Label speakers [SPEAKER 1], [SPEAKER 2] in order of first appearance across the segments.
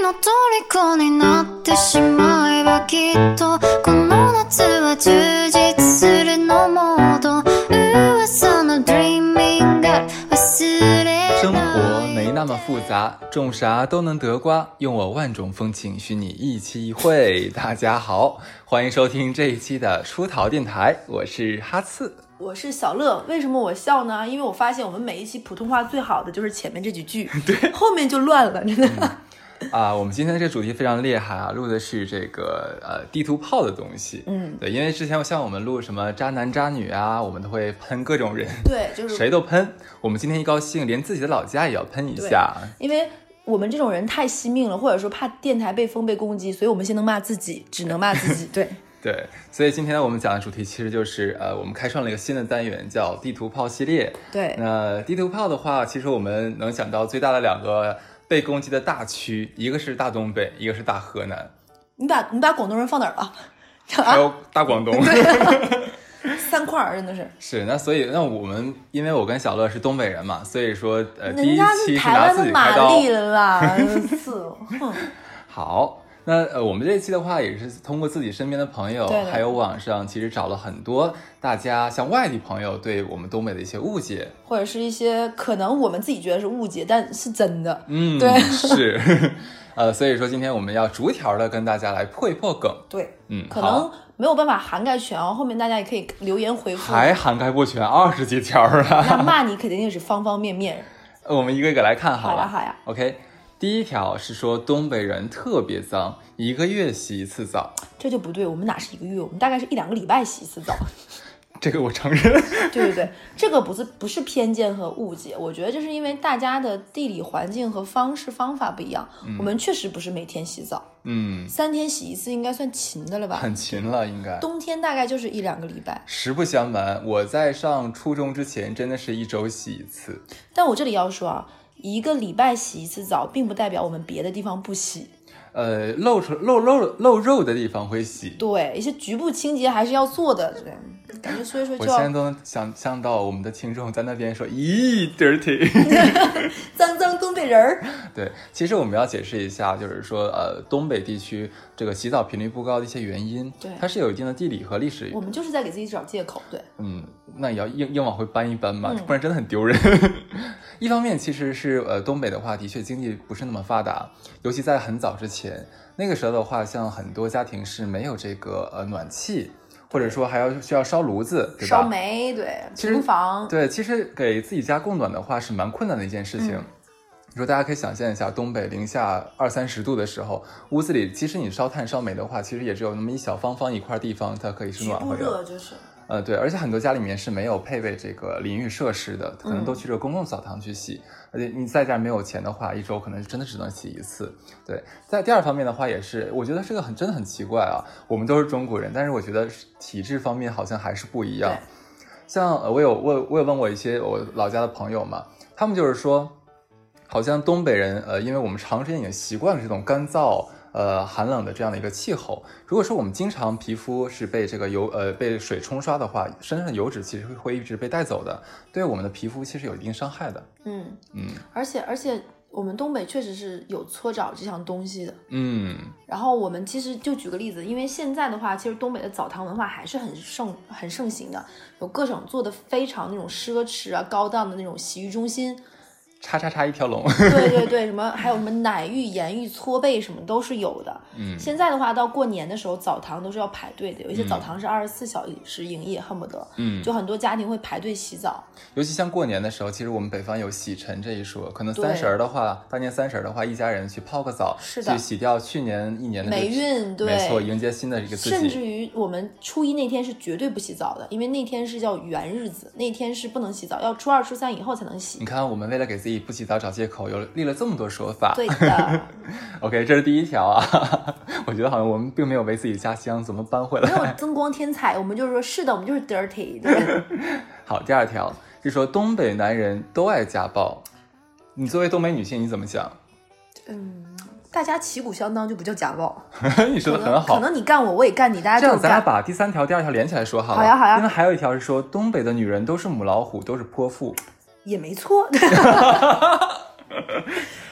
[SPEAKER 1] の虜になってしまえばきっとこの夏は充実するのモード噂の Dreaming Girl 忘れ
[SPEAKER 2] 生活
[SPEAKER 1] ない
[SPEAKER 2] 没那么复杂，种啥都能得瓜。用我万种风情，许你一期一会。 大家好，欢迎收听这一期的出逃电台，我是哈刺。
[SPEAKER 3] 我是小乐，为什么我笑呢？因为我发现我们每一期普通话最好的就是前面这 几句，对，后面就乱了，真的。
[SPEAKER 2] 啊，我们今天这个主题非常厉害啊，录的是这个呃地图炮的东西。
[SPEAKER 3] 嗯，
[SPEAKER 2] 对，因为之前像我们录什么渣男渣女啊，我们都会喷各种人，
[SPEAKER 3] 对，就是
[SPEAKER 2] 谁都喷。我们今天一高兴，连自己的老家也要喷一下。
[SPEAKER 3] 因为我们这种人太惜命了，或者说怕电台被封被攻击，所以我们先能骂自己，只能骂自己。 对，
[SPEAKER 2] 对，所以今天我们讲的主题其实就是呃，我们开创了一个新的单元叫地图炮系列。
[SPEAKER 3] 对，
[SPEAKER 2] 那地图炮的话，其实我们能想到最大的两个被攻击的大区，一个是大东北，一个是大河南，
[SPEAKER 3] 你把你把广东人放哪儿了？啊
[SPEAKER 2] 还有大广东。
[SPEAKER 3] 三块儿真的是，
[SPEAKER 2] 是，那所以那我们因为我跟小乐是东北人嘛，所以说呃第
[SPEAKER 3] 人
[SPEAKER 2] 一
[SPEAKER 3] 家
[SPEAKER 2] 期
[SPEAKER 3] 是
[SPEAKER 2] 是
[SPEAKER 3] 台
[SPEAKER 2] 拿
[SPEAKER 3] 湾
[SPEAKER 2] 自
[SPEAKER 3] 的
[SPEAKER 2] 己开
[SPEAKER 3] 马
[SPEAKER 2] 刀
[SPEAKER 3] 丽。了啦，是，哼，
[SPEAKER 2] 好，那呃我们这一期的话也是通过自己身边的朋友
[SPEAKER 3] 对，的
[SPEAKER 2] 还有网上，其实找了很多大家像外地朋友对我们东北的一些误解。
[SPEAKER 3] 或者是一些可能我们自己觉得是误解，但是真的。
[SPEAKER 2] 嗯，
[SPEAKER 3] 对
[SPEAKER 2] 是。 呃，所以说今天我们要逐条的跟大家来破一破梗，
[SPEAKER 3] 对，
[SPEAKER 2] 嗯，
[SPEAKER 3] 可
[SPEAKER 2] 好
[SPEAKER 3] 能没有办法涵盖全哦，后面大家也可以留言回复。
[SPEAKER 2] 还涵盖不全，二十几条了。
[SPEAKER 3] 那骂 你肯定也是方方面面。
[SPEAKER 2] 我们一个一个来看
[SPEAKER 3] 好
[SPEAKER 2] 好了。
[SPEAKER 3] 呀好呀
[SPEAKER 2] OK，第一条是说东北人特别脏，一个月洗一次澡，
[SPEAKER 3] 这就不对，我们哪是一个月，我们大概是一两个礼拜洗一次澡。
[SPEAKER 2] 这个我承 认。
[SPEAKER 3] 对对对，这个不是不是偏见和误解，我觉得这是因为大家的地理环境和方式方法不一样。我们确实不是每天洗澡，
[SPEAKER 2] 嗯，
[SPEAKER 3] 三天洗一次应该算勤的了吧？
[SPEAKER 2] 很勤了，应该。
[SPEAKER 3] 冬天大概就是一两个礼拜。
[SPEAKER 2] 实不相瞒，我在上初中之前真的是一周洗一次。
[SPEAKER 3] 但我这里要说啊，一个礼拜洗一次澡，并不代表我们别的地方不洗。
[SPEAKER 2] 呃，露出露露露肉的地方会洗。
[SPEAKER 3] 对，一些局部清洁还是要做的。对，感觉所以说
[SPEAKER 2] 我
[SPEAKER 3] 就
[SPEAKER 2] 现在
[SPEAKER 3] 要
[SPEAKER 2] 都能想象到我们的听众在那边说：“咦，dirty。
[SPEAKER 3] 脏脏东北人儿。”
[SPEAKER 2] 对，其实我们要解释一下，就是说，呃，东北地区这个洗澡频率不高的一些原因，
[SPEAKER 3] 对
[SPEAKER 2] 它是有一定的地理和历史
[SPEAKER 3] 我们就是在给自己找借口。对，
[SPEAKER 2] 嗯，那也要硬硬往回搬一搬嘛，
[SPEAKER 3] 嗯
[SPEAKER 2] 不然真的很丢人。 一方面其实是呃，东北的话的确经济不是那么发达，尤其在很早之前，那个时候的话，像很多家庭是没有这个呃暖气，或者说还要需要烧炉子，对吧？
[SPEAKER 3] 烧煤，对，
[SPEAKER 2] 其实
[SPEAKER 3] 平房，
[SPEAKER 2] 对，其实给自己家供暖的话是蛮困难的一件事情。你说大家可以想象一下，东北零下二三十度的时候，屋子里其实你烧炭烧煤的话，其实也只有那么一小方方一块地方，它可以是
[SPEAKER 3] 局
[SPEAKER 2] 暖
[SPEAKER 3] 部
[SPEAKER 2] 和的。
[SPEAKER 3] 热就是。
[SPEAKER 2] 呃，对，而且很多家里面是没有配备这个淋浴设施的，可能都去这个公共澡堂去洗。而且你在家没有钱的话，一周可能真的只能洗一次。对，在第二方面的话，也是我觉得这个很真的很奇怪啊。我们都是中国人，但是我觉得体质方面好像还是不一样
[SPEAKER 3] 对。
[SPEAKER 2] 像呃我有我有我有问过一些我老家的朋友嘛，他们就是说，好像东北人呃，因为我们长时间已经习惯了这种干燥。呃，寒冷的这样的一个气候，如果说我们经常皮肤是被这个油呃被水冲刷的话，身上的油脂其实会会一直被带走的，对我们的皮肤其实有一定伤害的。
[SPEAKER 3] 嗯，
[SPEAKER 2] 嗯
[SPEAKER 3] 而且而且我们东北确实是有搓澡这项东西的。
[SPEAKER 2] 嗯，
[SPEAKER 3] 然后我们其实就举个例子，因为现在的话，其实东北的澡堂文化还是很盛很盛行的，有各种做的非常那种奢侈啊、高档的那种洗浴中心，
[SPEAKER 2] 叉叉叉一条龙。
[SPEAKER 3] 对对对，什么还有什么奶浴、盐浴、搓背什么都是有的。
[SPEAKER 2] 嗯
[SPEAKER 3] 现在的话，到过年的时候，澡堂都是要排队的，有一些澡堂是二十四小时营业，恨不得，
[SPEAKER 2] 嗯
[SPEAKER 3] 就很多家庭会排队洗澡。
[SPEAKER 2] 尤其像过年的时候，其实我们北方有洗尘这一说，可能
[SPEAKER 3] 对
[SPEAKER 2] 三十儿的话，大年三十儿的话，一家人去泡个澡，
[SPEAKER 3] 是的
[SPEAKER 2] 去洗掉去年一年的
[SPEAKER 3] 霉
[SPEAKER 2] 这个
[SPEAKER 3] 运对
[SPEAKER 2] 没错，迎接新的一个自
[SPEAKER 3] 甚
[SPEAKER 2] 己。
[SPEAKER 3] 至于我们初一那天是绝对不洗澡的，因为那天是叫元日子，那天是不能洗澡，要初二、初三以后才能洗
[SPEAKER 2] 你。看，我们为了给自己不洗澡找借口，有立了这么多说法。
[SPEAKER 3] 对的，
[SPEAKER 2] OK，这是第一条啊。 我觉得好像我们并没有为自己家乡怎么搬回
[SPEAKER 3] 没有
[SPEAKER 2] 来。
[SPEAKER 3] 增光添彩，我们就是说是的，我们就是 dirty 对。
[SPEAKER 2] 好，第二条是说东北男人都爱家暴。你作为东北女性，你怎么想？
[SPEAKER 3] 嗯，大家旗鼓相当就不叫 家暴，
[SPEAKER 2] 你说
[SPEAKER 3] 可
[SPEAKER 2] 的
[SPEAKER 3] 能
[SPEAKER 2] 很好
[SPEAKER 3] 可。能你干我，我也干你，大
[SPEAKER 2] 这
[SPEAKER 3] 家
[SPEAKER 2] 样
[SPEAKER 3] 都
[SPEAKER 2] 咱俩
[SPEAKER 3] 干。
[SPEAKER 2] 把第三条、第二条连起来说好了。
[SPEAKER 3] 好呀好呀
[SPEAKER 2] 因为还有一条是说东北的女人都是母老虎，都是泼妇。
[SPEAKER 3] 也没错。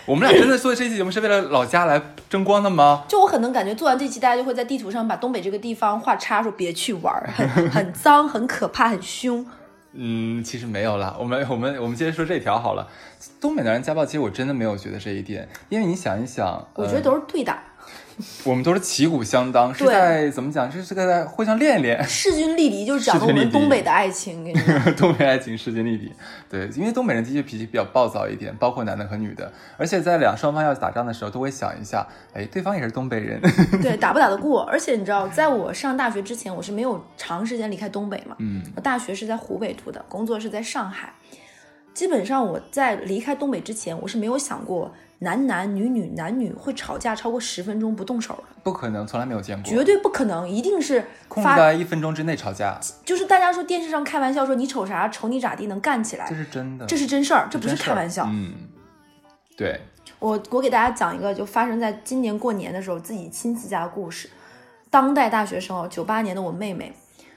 [SPEAKER 2] 我们俩真的做这期节目是为了老家来争光的吗？
[SPEAKER 3] 就我可能感觉做完这期，大家就会在地图上把东北这个地方画叉，说别去玩儿，很很脏、很可怕、很凶。
[SPEAKER 2] 嗯，其实没有啦。我们我们我们接着说这条好了。东北男人家暴，其实我真的没有觉得这一点，因为你想一想，
[SPEAKER 3] 我觉得
[SPEAKER 2] 呃
[SPEAKER 3] 都是对的，
[SPEAKER 2] 我们都是旗鼓相当，是
[SPEAKER 3] 对
[SPEAKER 2] 在怎么讲，这是在互相练一练。
[SPEAKER 3] 势均力敌，就是讲的我
[SPEAKER 2] 势均力
[SPEAKER 3] 们
[SPEAKER 2] 敌
[SPEAKER 3] 东北的爱情。跟你讲
[SPEAKER 2] 东北爱情势均力敌，对，因为东北人的确脾气比较暴躁一点，包括男的和女的，而且在两双方要打仗的时候，都会想一下，哎，对方也是东北人，
[SPEAKER 3] 对，打不打得过？而且你知道，在我上大学之前，我是没有长时间离开东北嘛。
[SPEAKER 2] 嗯，
[SPEAKER 3] 我大学是在湖北读的，工作是在上海。基本上我在离开东北之前，我是没有想过男男女女男女会吵架超过十分钟不动手的，
[SPEAKER 2] 不可能，从来没有见过，
[SPEAKER 3] 绝对不可能，一定是
[SPEAKER 2] 控制
[SPEAKER 3] 发。
[SPEAKER 2] 在一分钟之内吵架，
[SPEAKER 3] 就是大家说电视上开玩笑说你瞅啥，瞅你咋地，能干起来
[SPEAKER 2] 这，是真的，
[SPEAKER 3] 这是真事儿，这不
[SPEAKER 2] 真
[SPEAKER 3] 是
[SPEAKER 2] 事儿
[SPEAKER 3] 开玩笑。
[SPEAKER 2] 嗯，对，
[SPEAKER 3] 我我给大家讲一个，就发生在今年过年的时候自己亲戚家的故事。当代大学生哦，九八年的我妹妹，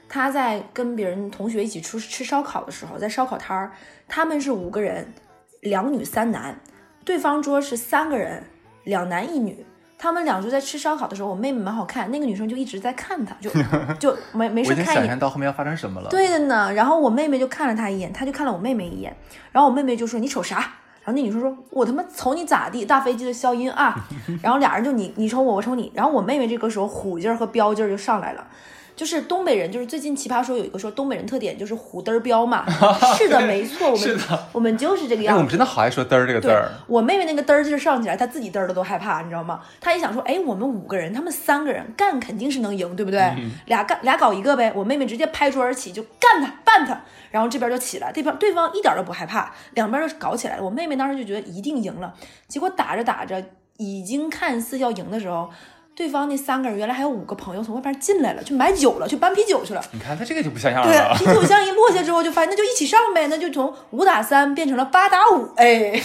[SPEAKER 3] 她在跟别人同学一起出吃烧烤的时候，在烧烤摊儿，他们是五个人，两女三男，对方桌是三个人，两男一女。他们俩就在吃烧烤的时候，我妹妹蛮好看，那个女生就一直在看她，就就没没
[SPEAKER 2] 我
[SPEAKER 3] 事
[SPEAKER 2] 已经
[SPEAKER 3] 看
[SPEAKER 2] 想
[SPEAKER 3] 一眼
[SPEAKER 2] 象到后面要发生什么了，
[SPEAKER 3] 对的呢。然后我妹妹就看了他一眼，他就看了我妹妹一眼。然后我妹妹就说：“你瞅啥？”然后那女生说：“我他妈瞅你咋地？大飞机的消 音啊！”然后俩人就你你瞅我，我瞅你。然后我妹妹这个时候虎劲儿和彪劲儿就上来了。就是东北人，就是最近《奇葩说》有一个说东北人特点就是虎嘚儿彪嘛， 是的，没错，我
[SPEAKER 2] 是
[SPEAKER 3] 们
[SPEAKER 2] 的
[SPEAKER 3] 我们就是这个
[SPEAKER 2] 哎，
[SPEAKER 3] 样
[SPEAKER 2] 我
[SPEAKER 3] 子
[SPEAKER 2] 们。真的好爱说“嘚儿”这个字
[SPEAKER 3] 对
[SPEAKER 2] 儿，
[SPEAKER 3] 我妹妹那个嘚儿劲儿上起来，她自己嘚儿的都害怕，你知道吗？她一想说，哎，我们五个人，他们三个人干肯定是能赢，对不对？
[SPEAKER 2] 嗯
[SPEAKER 3] 俩干俩搞一个呗。我妹妹直接拍桌而起，就干他，办他。然后这边就起来，对边对方一点都不害怕，两边就搞起来了。我妹妹当时就觉得一定赢了，结果打着打着，已经看似要赢的时候。对方那三个人原来还有五个朋友从外边进来了，去买酒了，去搬啤酒去了。
[SPEAKER 2] 你看他这个就不像样
[SPEAKER 3] 对，
[SPEAKER 2] 了，
[SPEAKER 3] 啤酒箱一落下之后，就发现那就一起上呗，那就从五打三变成了八打五，哎，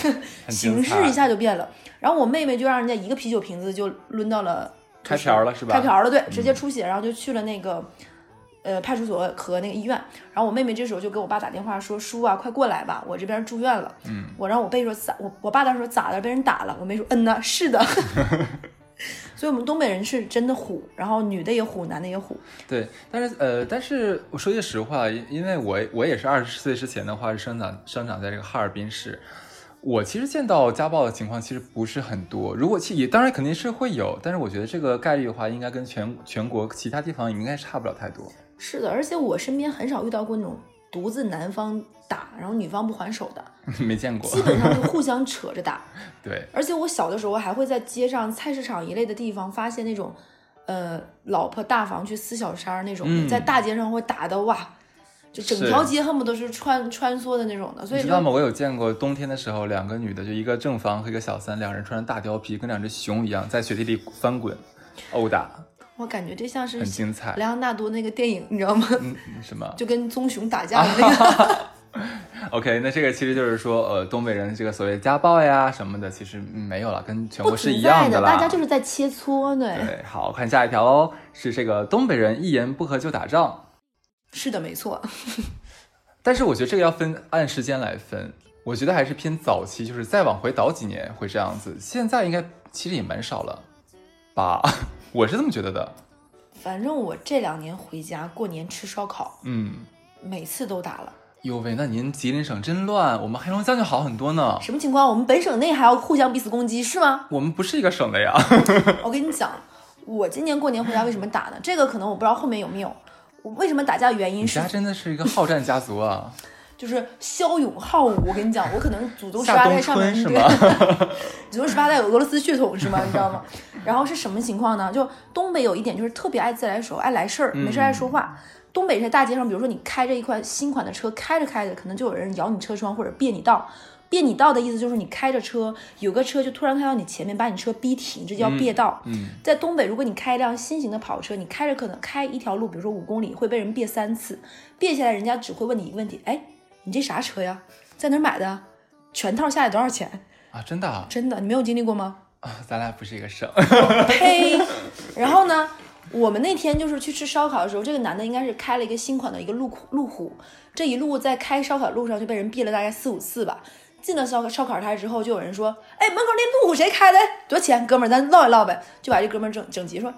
[SPEAKER 2] 精
[SPEAKER 3] 形
[SPEAKER 2] 彩
[SPEAKER 3] 式一下就变了。然后我妹妹就让人家一个啤酒瓶子就抡到了
[SPEAKER 2] 开瓢了是吧嗯
[SPEAKER 3] 开瓢了，对，直接出血，然后就去了那个。呃，派出所和那个医院，然后我妹妹这时候就给我爸打电话说：“叔啊，快过来吧，我这边住院了。”嗯，我让我背说咋，我我爸当时说咋的，被人打了。我妹说：“嗯呐，是的。” 所以，我们东北人是真的虎，然后女的也虎，男的也虎。
[SPEAKER 2] 对，但是呃，但是我说句实话，因因为我我也是二十岁之前的话是生长生长在这个哈尔滨市，我其实见到家暴的情况其实不是很多，如果其也当然肯定是会有，但是我觉得这个概率的话，应该跟全全国其他地方应该差不了太多。
[SPEAKER 3] 是的，而且我身边很少遇到过那种独自男方打，然后女方不还手 的，
[SPEAKER 2] 没见过，
[SPEAKER 3] 基本上是互相扯着打。
[SPEAKER 2] 对，
[SPEAKER 3] 而且我小的时候还会在街上、菜市场一类的地方发现那种，呃，老婆大房去撕小三儿那种的，
[SPEAKER 2] 嗯
[SPEAKER 3] 在大街上会打的哇，就整
[SPEAKER 2] 是
[SPEAKER 3] 条街恨不得是穿穿梭的那种的。所
[SPEAKER 2] 你
[SPEAKER 3] 以
[SPEAKER 2] 知
[SPEAKER 3] 就
[SPEAKER 2] 道吗？我有见过冬天的时候，两个女的，就一个正方和一个小三，两人穿着大貂皮，跟两只熊一样，在雪地里翻滚殴打，
[SPEAKER 3] 我感觉这像是
[SPEAKER 2] 很精彩。嗯
[SPEAKER 3] 莱昂纳多那个电影，你知道吗？
[SPEAKER 2] 什么？
[SPEAKER 3] 就跟棕熊打架的那 个。
[SPEAKER 2] OK，那这个其实就是说，呃，东北人这个所谓家暴呀什么的，其实嗯没有了，跟全国
[SPEAKER 3] 不
[SPEAKER 2] 是
[SPEAKER 3] 存
[SPEAKER 2] 一
[SPEAKER 3] 在
[SPEAKER 2] 样
[SPEAKER 3] 的，
[SPEAKER 2] 啦。
[SPEAKER 3] 大家就是在切磋，对，
[SPEAKER 2] 对，好看下一条哦，是这个东北人一言不合就打仗，
[SPEAKER 3] 是的，没错。
[SPEAKER 2] 但是我觉得这个要分按时间来分，我觉得还是偏早期，就是再往回倒几年会这样子，现在应该其实也蛮少了吧，我是这么觉得的。
[SPEAKER 3] 反正我这两年回家过年吃烧烤，
[SPEAKER 2] 嗯，
[SPEAKER 3] 每次都打了。
[SPEAKER 2] 哟喂，那您吉林省真乱，我们黑龙江就好很多呢。
[SPEAKER 3] 什么情况？我们本省内还要互相彼此攻击是吗？
[SPEAKER 2] 我们不是一个省的呀，
[SPEAKER 3] 我跟你讲，我今年过年回家为什么打呢？这个可能我不知道后面有没有。我为什么打架的原因
[SPEAKER 2] 你
[SPEAKER 3] 是
[SPEAKER 2] 家真的是一个好战家族啊。
[SPEAKER 3] 就是骁勇好武。我跟你讲，我可能祖宗十
[SPEAKER 2] 夏
[SPEAKER 3] 八
[SPEAKER 2] 冬
[SPEAKER 3] 代上面
[SPEAKER 2] 春是
[SPEAKER 3] 对
[SPEAKER 2] 吗，
[SPEAKER 3] 祖宗十八代有俄罗斯血统是吗？你知道吗？然后是什么情况呢？就东北有一点就是特别爱自来熟，爱来事儿，没事
[SPEAKER 2] 嗯
[SPEAKER 3] 儿爱说话。东北在大街上，比如说你开着一款新款的车，开着开着，可能就有人摇你车窗或者别你道。别你道的意思就是你开着车，有个车就突然开到你前面，把你车逼停，这叫别道。
[SPEAKER 2] 嗯，
[SPEAKER 3] 在东北，如果你开一辆新型的跑车，你开着可能开一条路，比如说五公里，会被人别三次，别下来人家只会问你一个问题：哎，你这啥车呀？在哪儿买的啊？全套下来多少钱？
[SPEAKER 2] 啊，真的啊，
[SPEAKER 3] 真的，你没有经历过吗？
[SPEAKER 2] 啊咱俩不是一个省。
[SPEAKER 3] 呸！ 然后呢，我们那天就是去吃烧烤的时候，这个男的应该是开了一个新款的一个路虎，路虎这一路在开烧烤路上就被人毙了大概四五次吧。进了烧烧烤台之后，就有人说：“哎，门口那路谁开的？多少钱？哥们儿，咱唠一唠呗。”就把这哥们儿整整急说：“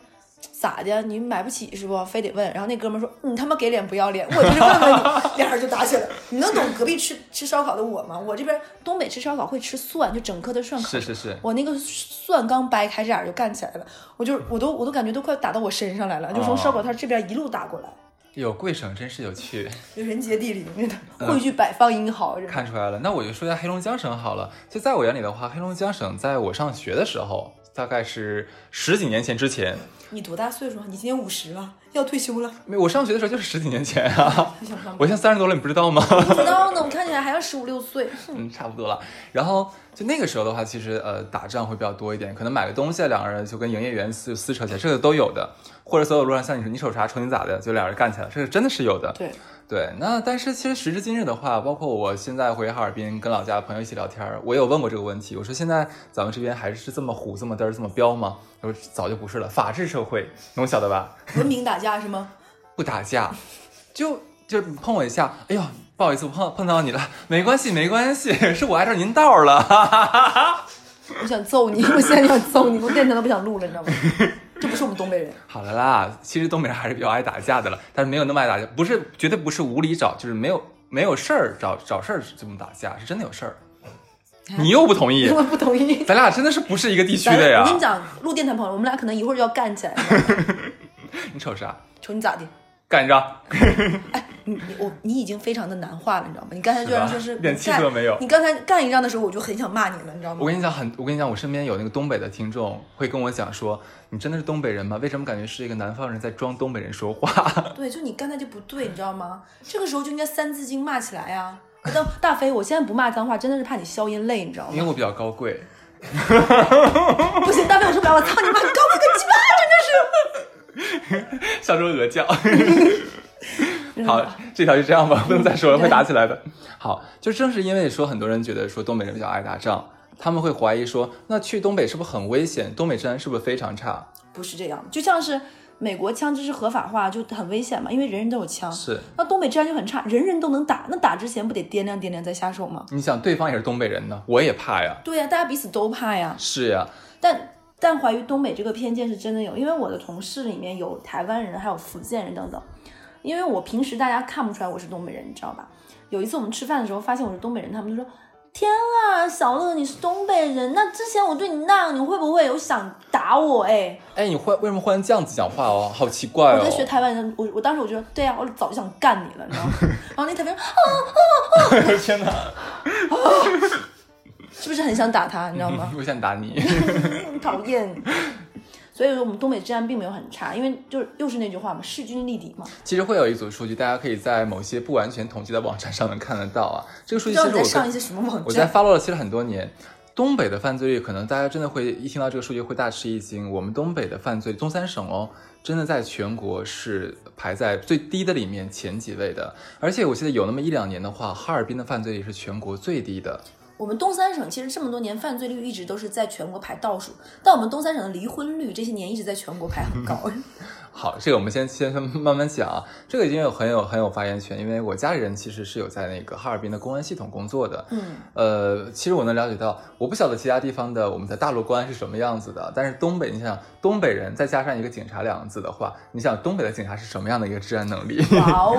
[SPEAKER 3] 咋的？你买不起是不？非得问？”然后那哥们儿说：“你他妈给脸不要脸！我就是问问你。” 俩人就打起来了。你能懂隔壁吃吃烧烤的我吗？我这边东北吃烧烤会吃蒜，就整颗的蒜
[SPEAKER 2] 是
[SPEAKER 3] 烤。
[SPEAKER 2] 是是，
[SPEAKER 3] 我那个蒜刚掰开，这俩人就干起来了。我就我都我都感觉都快打到我身上来了，就
[SPEAKER 2] 哦
[SPEAKER 3] 从烧烤摊这边一路打过来，
[SPEAKER 2] 有贵省真是有趣。
[SPEAKER 3] 就人杰地灵那的，汇聚百方英豪。这种
[SPEAKER 2] 嗯看出来了，那我就说一下黑龙江省好了。就在我眼里的话，黑龙江省在我上学的时候，大概是十几年前之前，
[SPEAKER 3] 你多大岁数啊？你今年五十了，要退休 了，
[SPEAKER 2] 没有我上学的时候就是十几年前啊。
[SPEAKER 3] 还想上
[SPEAKER 2] 我
[SPEAKER 3] 班？
[SPEAKER 2] 现在三十多了，你不知道吗？
[SPEAKER 3] 不知道呢，我看起来还像十五六岁。哼
[SPEAKER 2] 嗯，差不多了。然后就那个时候的话，其实呃打仗会比较多一点，可能买个东西啊，两个人就跟营业员撕撕扯起来，这个都有的。或者走走路上像你说你手啥瞅你咋的，就俩人干起来了，这个真的是有的。
[SPEAKER 3] 对，
[SPEAKER 2] 对，那但是其实时至今日的话，包括我现在回哈尔滨跟老家的朋友一起聊天儿，我也有问过这个问题。我说现在咱们这边还是这么虎、这么嘚儿、这么彪吗？我说早就不是了，法治社会，能晓得吧？
[SPEAKER 3] 文明打架是吗？
[SPEAKER 2] 不打架，就就碰我一下，哎呦，不好意思，我碰碰到你了，没关系，没关系，是我挨着您道儿了，哈哈哈哈。
[SPEAKER 3] 我想揍你， 我现在就想揍你，我电台都不想录了，你知道吗？这不是我们东北人，
[SPEAKER 2] 好了啦，其实东北人还是比较爱打架的了，但是没有那么爱打架，不是绝对不是无理找，就是没有没有事儿找找事儿这么打架，是真的有事儿。你又不同意，
[SPEAKER 3] 我不同意。
[SPEAKER 2] 咱俩真的是不是一个地区
[SPEAKER 3] 咱
[SPEAKER 2] 的呀
[SPEAKER 3] 我？跟你讲，录电台朋友，我们俩可能一会儿就要干起来了，
[SPEAKER 2] 你瞅啥？
[SPEAKER 3] 瞅你咋的？
[SPEAKER 2] 干仗！
[SPEAKER 3] 哎你你我你已经非常的难化了，你知道吗？你刚才居然说
[SPEAKER 2] 是
[SPEAKER 3] 是
[SPEAKER 2] 吧连气都没有
[SPEAKER 3] 你刚才干一仗的时候，我就很想骂你了，你知道
[SPEAKER 2] 我
[SPEAKER 3] 吗？
[SPEAKER 2] 跟你讲很，我跟你讲，我身边有那个东北的听众会跟我讲说，你真的是东北人吗？为什么感觉是一个南方人在装东北人说话？
[SPEAKER 3] 对，就你刚才就不对，你知道吗？这个时候就应该三字经骂起来呀、啊。大大飞，我现在不骂脏话，真的是怕你消音累，你知道吗
[SPEAKER 2] 因为？ 我比较高贵。
[SPEAKER 3] 不行，大飞我受不了，我操你妈！你告诉我个鸡巴，
[SPEAKER 2] 上周鹅叫。
[SPEAKER 3] 真的是。
[SPEAKER 2] 好，这条就这样吧，不能再说了，会打起来的。好，就正是因为说很多人觉得说东北人比较爱打仗，他们会怀疑说，那去东北是不是很危险？东北治安是不是非常差？
[SPEAKER 3] 不是这样，就像是美国枪支是合法化，就很危险嘛，因为人人都有枪。
[SPEAKER 2] 是，
[SPEAKER 3] 那东北治安就很差，人人都能打，那打之前不得掂量掂量再下手吗？
[SPEAKER 2] 你想对方也是东北人呢，我也怕呀。
[SPEAKER 3] 对呀、大家彼此都怕呀。
[SPEAKER 2] 是呀，
[SPEAKER 3] 但但怀于东北这个偏见是真的有，因为我的同事里面有台湾人，还有福建人等等。因为我平时大家看不出来我是东北人，你知道吧？有一次我们吃饭的时候发现我是东北人，他们就说：“天啊，小乐你是东北人，那之前我对你那样，你会不会有想打我？”哎，
[SPEAKER 2] 哎，你换为什么忽然这样子讲话哦？好奇怪
[SPEAKER 3] 我
[SPEAKER 2] 哦
[SPEAKER 3] 在。学台湾人，我我当时我觉得，对呀、啊我早就想干你了，你知道吗？ 然后那台湾人 啊，
[SPEAKER 2] 天哪！
[SPEAKER 3] 是不是很想打他？你知道吗？
[SPEAKER 2] 我想打你。
[SPEAKER 3] 很讨厌。 所以说我们东北治安并没有很差，因为就是又是那句话嘛，势均力敌嘛。
[SPEAKER 2] 其实会有一组数据，大家可以在某些不完全统计的网站上能看得到啊。这个数
[SPEAKER 3] 不
[SPEAKER 2] 据
[SPEAKER 3] 知
[SPEAKER 2] 其实
[SPEAKER 3] 道你
[SPEAKER 2] 我
[SPEAKER 3] 在上
[SPEAKER 2] 跟
[SPEAKER 3] 一些什么网
[SPEAKER 2] 我在
[SPEAKER 3] 站？
[SPEAKER 2] follow 了其实很多年。东北的犯罪率，可能大家真的会一听到这个数据会大吃一惊。我们东北的犯罪，东三省哦，真的在全国是排在最低的里面前几位的。而且我记得有那么一两年的话，哈尔滨的犯罪率是全国最低的。
[SPEAKER 3] 我们东三省其实这么多年犯罪率一直都是在全国排倒数，但我们东三省的离婚率这些年一直在全国排很 高。
[SPEAKER 2] 好，这个我们先先慢慢讲啊。这个已经有很有很有发言权，因为我家里人其实是有在那个哈尔滨的公安系统工作的。
[SPEAKER 3] 嗯，
[SPEAKER 2] 呃，其实我能了解到，我不晓得其他地方的我们的大陆公安是什么样子的，但是东北，你想想东北人再加上一个警察两个字的话，你想东北的警察是什么样的一个治安能力？
[SPEAKER 3] 哇哦，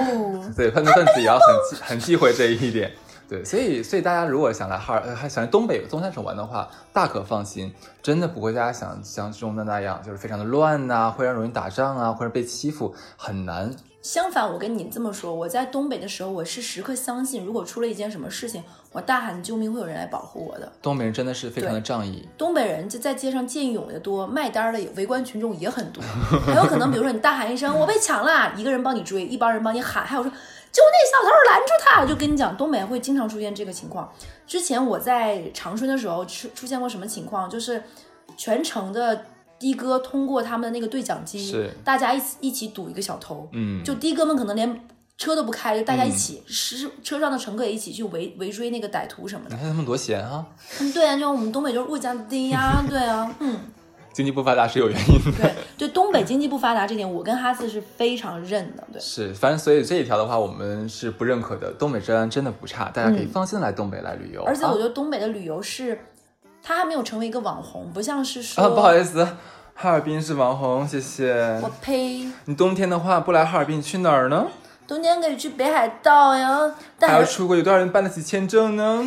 [SPEAKER 2] 对，犯罪分子也要很忌很忌讳这一点。对，所以所以大家如果想来哈尔，呃还想来东北东三省玩的话，大可放心，真的不会大家想像中的那样，就是非常的乱呐、会让容易打仗啊，或者被欺负，很难。
[SPEAKER 3] 相反，我跟你这么说，我在东北的时候，我是时刻相信，如果出了一件什么事情，我大喊救命，会有人来保护我的。
[SPEAKER 2] 东北人真的是非常的仗义，
[SPEAKER 3] 东北人就在街上见义勇为的多，卖单儿的也围观群众也很多， 很有可能，比如说你大喊一声“我被抢啦”，一个人帮你追，一帮人帮你喊，还有说“就那小偷儿拦住他”，就跟你讲，东北会经常出现这个情况。之前我在长春的时候出出现过什么情况，就是全程的的哥通过他们的那个对讲机
[SPEAKER 2] 是，
[SPEAKER 3] 大家一起一起堵一个小偷，
[SPEAKER 2] 嗯，
[SPEAKER 3] 就的哥们可能连车都不开，就大家一起，是、车上的乘客也一起去围围追那个歹徒什么的
[SPEAKER 2] 你。看他们多闲啊。
[SPEAKER 3] 嗯，对啊，就我们东北就是物价低呀、对啊，嗯，
[SPEAKER 2] 经济不发达是有原因的。
[SPEAKER 3] 对，就东北经济不发达这点，我跟哈斯是非常认的。对，
[SPEAKER 2] 是，反正所以这一条的话，我们是不认可的。东北治安真的不差，大家可以
[SPEAKER 3] 嗯
[SPEAKER 2] 放心来东北来旅游。
[SPEAKER 3] 而且
[SPEAKER 2] 啊
[SPEAKER 3] 我觉得东北的旅游是，他还没有成为一个网红，不像是说
[SPEAKER 2] 啊，不好意
[SPEAKER 3] 思，
[SPEAKER 2] 思，哈尔滨是网红，谢谢
[SPEAKER 3] 我。呸，
[SPEAKER 2] 你冬天的话不来哈尔滨，你去哪儿呢？
[SPEAKER 3] 冬天可以去北海道呀，但
[SPEAKER 2] 还要
[SPEAKER 3] 还是嗯
[SPEAKER 2] 出国，有多少人办得起签证呢？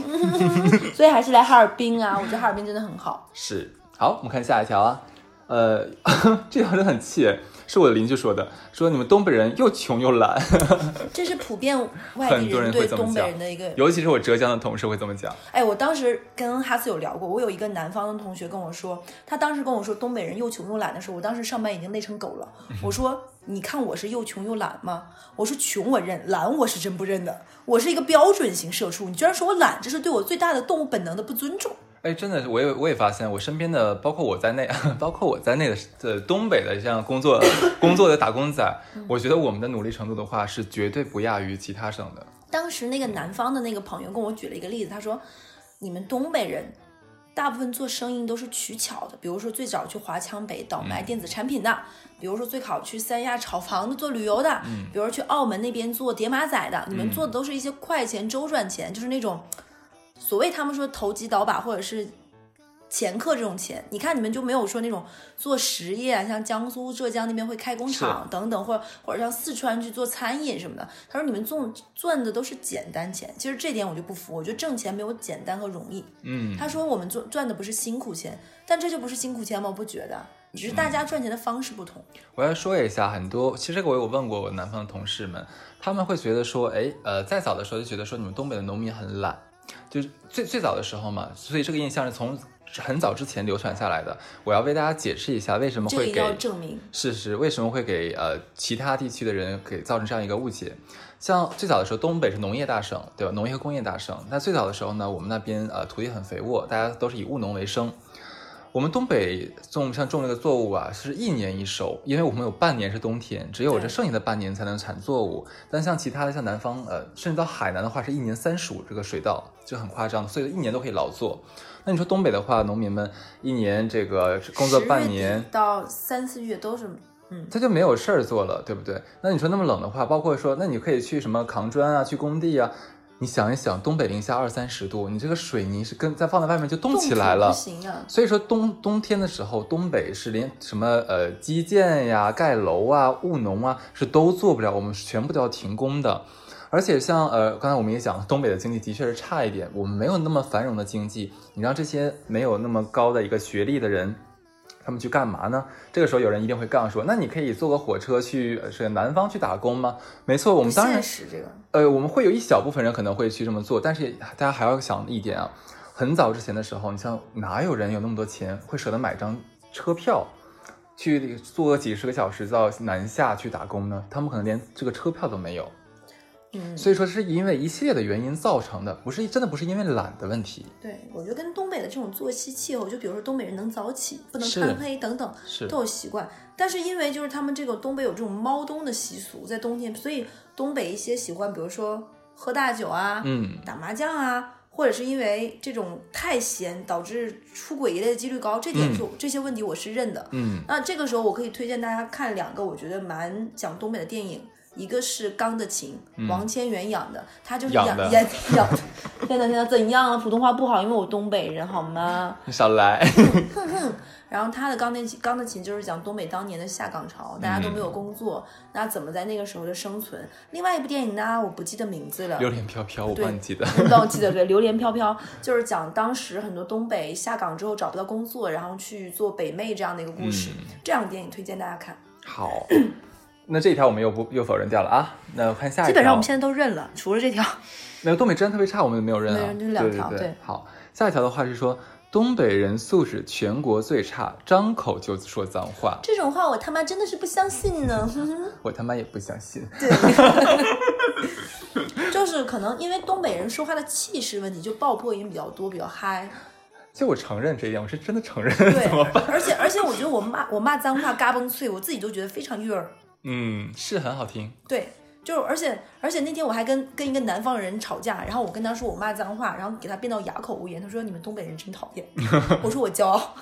[SPEAKER 3] 所以还是来哈尔滨啊，我觉得哈尔滨真的很好。
[SPEAKER 2] 是，好，我们看下一条啊，呃， 这条真的很气，是我的邻居说的，说你们东北人又穷又懒，
[SPEAKER 3] 这是普遍外
[SPEAKER 2] 很
[SPEAKER 3] 地
[SPEAKER 2] 多人
[SPEAKER 3] 人
[SPEAKER 2] 会
[SPEAKER 3] 对
[SPEAKER 2] 这么
[SPEAKER 3] 东北
[SPEAKER 2] 讲
[SPEAKER 3] 人的一个，
[SPEAKER 2] 尤其是我浙江的同事会这么讲，
[SPEAKER 3] 哎，我当时跟哈斯有聊过，我有一个南方的同学跟我说，他当时跟我说东北人又穷又懒的时候，我当时上班已经累成狗了。我说，你看我是又穷又懒吗？我说穷我认，懒我是真不认的。我是一个标准型社畜，你居然说我懒，这是对我最大的动物本能的不尊重。
[SPEAKER 2] 哎，真的，我也我也发现，我身边的，包括我在内， 包括我在内的的东北的这样工作工作的打工仔，
[SPEAKER 3] 嗯
[SPEAKER 2] 我觉得我们的努力程度的话，是绝对不亚于其他省的。
[SPEAKER 3] 当时那个南方的那个朋友跟我举了一个例子，他说，你们东北人大部分做生意都是取巧的，比如说最早去华强北倒卖电子产品的，比如说最早去三亚炒房子做旅游的，比如说去澳门那边做叠马仔的，你们做的都是一些快钱周转钱，就是那种所谓他们说投机倒把或者是。掮客这种钱，你看你们就没有说那种做实业啊，像江苏、浙江那边会开工厂等等，或者或者像四川去做餐饮什么的。他说你们赚赚的都是简单钱，其实这点我就不服，我觉得挣钱没有简单和容易。
[SPEAKER 2] 嗯，
[SPEAKER 3] 他说我们赚赚的不是辛苦钱，但这就不是辛苦钱吗？我不觉得，只是大家赚钱的方式不同。
[SPEAKER 2] 我要说一下，很多其实这个我有问过我南方的同事们，他们会觉得说，哎，呃，再早的时候就觉得说你们东北的农民很懒，就是最最早的时候嘛，所以这个印象是从很早之前流传下来的。我要为大家解释一下为什么
[SPEAKER 3] 这个
[SPEAKER 2] 会
[SPEAKER 3] 一
[SPEAKER 2] 给
[SPEAKER 3] 定要证明。
[SPEAKER 2] 事实为什么会给呃其他地区的人给造成这样一个误解？像最早的时候，东北是农业大省，对吧？农业和工业大省。那最早的时候呢，我们那边呃土地很肥沃，大家都是以务农为生。我们东北种像种这个作物啊，是一年一收，因为我们有半年是冬天，只有这
[SPEAKER 3] 对
[SPEAKER 2] 剩下的半年才能产作物。但像其他的像南方呃，甚至到海南的话，是一年三熟这个水稻，这很夸张，所以一年都可以劳作。那你说东北的话，农民们一年这个工作
[SPEAKER 3] 10
[SPEAKER 2] 半
[SPEAKER 3] 月底
[SPEAKER 2] 年，嗯
[SPEAKER 3] 到三四月都是嗯
[SPEAKER 2] 他就没有事儿做了，对不对？那你说那么冷的话，包括说，那你可以去什么扛砖啊，去工地啊。你想一想，东北零下二三十度，你这个水泥是跟再放在外面就冻
[SPEAKER 3] 动
[SPEAKER 2] 起来了
[SPEAKER 3] 不。行啊，
[SPEAKER 2] 所以说冬冬天的时候，东北是连什么呃基建呀、盖楼啊、务农啊是都做不了，我们是全部都要停工的。而且像呃，刚才我们也讲了，东北的经济的确是差一点，我们没有那么繁荣的经济。你让这些没有那么高的一个学历的人，他们去干嘛呢？这个时候有人一定会杠说，那你可以坐个火车去呃是南方去打工吗？没错，我
[SPEAKER 3] 不
[SPEAKER 2] 们当然
[SPEAKER 3] 现实这个。
[SPEAKER 2] 呃，我们会有一小部分人可能会去这么做，但是大家还要想一点啊，很早之前的时候，你像哪有人有那么多钱会舍得买张车票，去坐几十个小时到南下去打工呢？他们可能连这个车票都没有，
[SPEAKER 3] 嗯，
[SPEAKER 2] 所以说是因为一系列的原因造成的，不是真的不是因为懒的问题，
[SPEAKER 3] 对，我觉得跟东北的这种作息气候，就比如说东北人能早起，不能
[SPEAKER 2] 是
[SPEAKER 3] 贪黑等等，
[SPEAKER 2] 是
[SPEAKER 3] 都有习惯。但是因为就是他们这个东北有这种猫冬的习俗，在冬天，所以东北一些习惯，比如说喝大酒啊，
[SPEAKER 2] 嗯，
[SPEAKER 3] 打麻将啊，或者是因为这种太闲导致出轨一类的几率高，这点
[SPEAKER 2] 嗯
[SPEAKER 3] 就、这些问题我是认的。
[SPEAKER 2] 嗯，
[SPEAKER 3] 那这个时候我可以推荐大家看两个我觉得蛮讲东北的电影。一个是《钢的琴》，王千源演的，他就是
[SPEAKER 2] 嗯养
[SPEAKER 3] 演
[SPEAKER 2] 的
[SPEAKER 3] 演养。 天呐天呐，怎样啊？普通话不好，因为我东北人好吗？
[SPEAKER 2] 你少来，
[SPEAKER 3] 然后他的钢的琴，钢的琴就是讲东北当年的下岗潮，大家都
[SPEAKER 2] 嗯
[SPEAKER 3] 没有工作，那怎么在那个时候的生存？另外一部电影呢，我不记得名字了，
[SPEAKER 2] 榴莲飘飘，我
[SPEAKER 3] 对
[SPEAKER 2] 帮你记得，
[SPEAKER 3] 你帮我记得对，榴莲飘飘就是讲当时很多东北下岗之后找不到工作，然后去做北妹这样的一个故事。
[SPEAKER 2] 嗯
[SPEAKER 3] 这样的电影推荐大家看，
[SPEAKER 2] 好。那这一条我们又不又否认掉了啊？那我看下一条，
[SPEAKER 3] 基本上我们现在都认了，除了这条。
[SPEAKER 2] 没有，东北治安特别差，我们没有认
[SPEAKER 3] 没
[SPEAKER 2] 啊。
[SPEAKER 3] 有就两条
[SPEAKER 2] 对对
[SPEAKER 3] 对
[SPEAKER 2] 好，下一条的话是说，东北人素质全国最差，张口就说脏话，
[SPEAKER 3] 这种话我他妈真的是不相信呢。 哼哼
[SPEAKER 2] 我他妈也不相信。
[SPEAKER 3] 就是可能因为东北人说话的气势问题，就爆破音比较多，比较嗨。
[SPEAKER 2] 其实我承认这一点，我是真的承认，
[SPEAKER 3] 对
[SPEAKER 2] 怎么办？，
[SPEAKER 3] 而且而且我觉得我骂我骂脏话嘎嘣脆，我自己都觉得非常悦耳。
[SPEAKER 2] 嗯，是很好听，
[SPEAKER 3] 对，就是而且而且那天我还跟跟一个南方人吵架，然后我跟他说我 骂脏话，然后给他变到哑口无言。他说你们东北人真讨厌，我说我骄傲。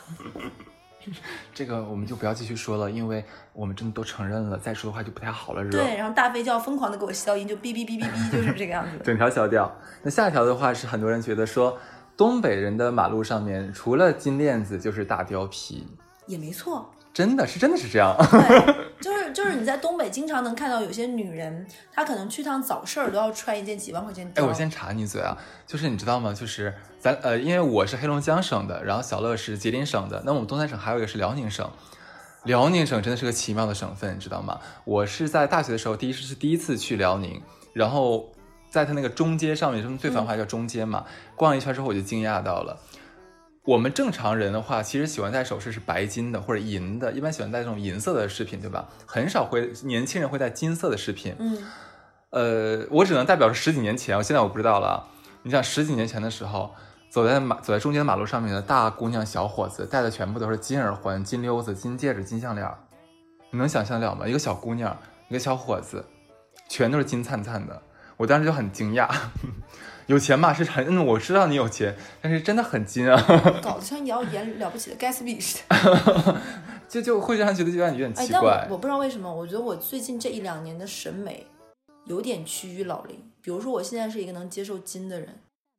[SPEAKER 2] 这个我们就不要继续说了，因为我们真的都承认了，再说的话就不太好了，是吧？啊
[SPEAKER 3] 对，然后大飞就要疯狂的给我消音，就哔哔哔哔哔，就是这个样子的。
[SPEAKER 2] 整条消掉。那下一条的话是很多人觉得说，东北人的马路上面除了金链子就是大貂皮，
[SPEAKER 3] 也 没错，
[SPEAKER 2] 真的是真的是这样。
[SPEAKER 3] 对，就是就是你在东北经常能看到有些女人，她可能去趟早市儿都要穿一件几万块钱貂。
[SPEAKER 2] 哎，我先查你一嘴啊，就是你知道吗？就是咱呃，因为我是黑龙江省的，然后小乐是吉林省的，那我们东三省还有一个是辽宁省。辽宁省真的是个奇妙的省份，你知道吗？我是在大学的时候，第一是第一次去辽宁，然后在它那个中街上面，他们最繁华叫中街嘛，逛一圈之后我就惊讶到了。我们正常人的话，其实喜欢戴首饰是白金的或者银的，一般喜欢戴这种银色的饰品，对吧？很少会年轻人会戴金色的饰品。
[SPEAKER 3] 嗯，
[SPEAKER 2] 呃，我只能代表十几年前，我现在我不知道了啊。你想十几年前的时候，走在马走在中间马路上面的大姑娘小伙子，戴的全部都是金耳环、金溜子、金戒指、金项链儿，你能想象了吗？一个小姑娘，一个小伙子，全都是金灿灿的，我当时就很惊讶。 有钱嘛，是很嗯，我知道你有钱，但是真的很金啊，
[SPEAKER 3] 搞得像你要演了不起的盖茨比似的。
[SPEAKER 2] 就就会让人觉得有点有点
[SPEAKER 3] 哎
[SPEAKER 2] 奇，
[SPEAKER 3] 但我
[SPEAKER 2] 怪。
[SPEAKER 3] 我不知道为什么，我觉得我最近这一两年的审美有点趋于老龄。比如说，我现在是一个能接受金的人，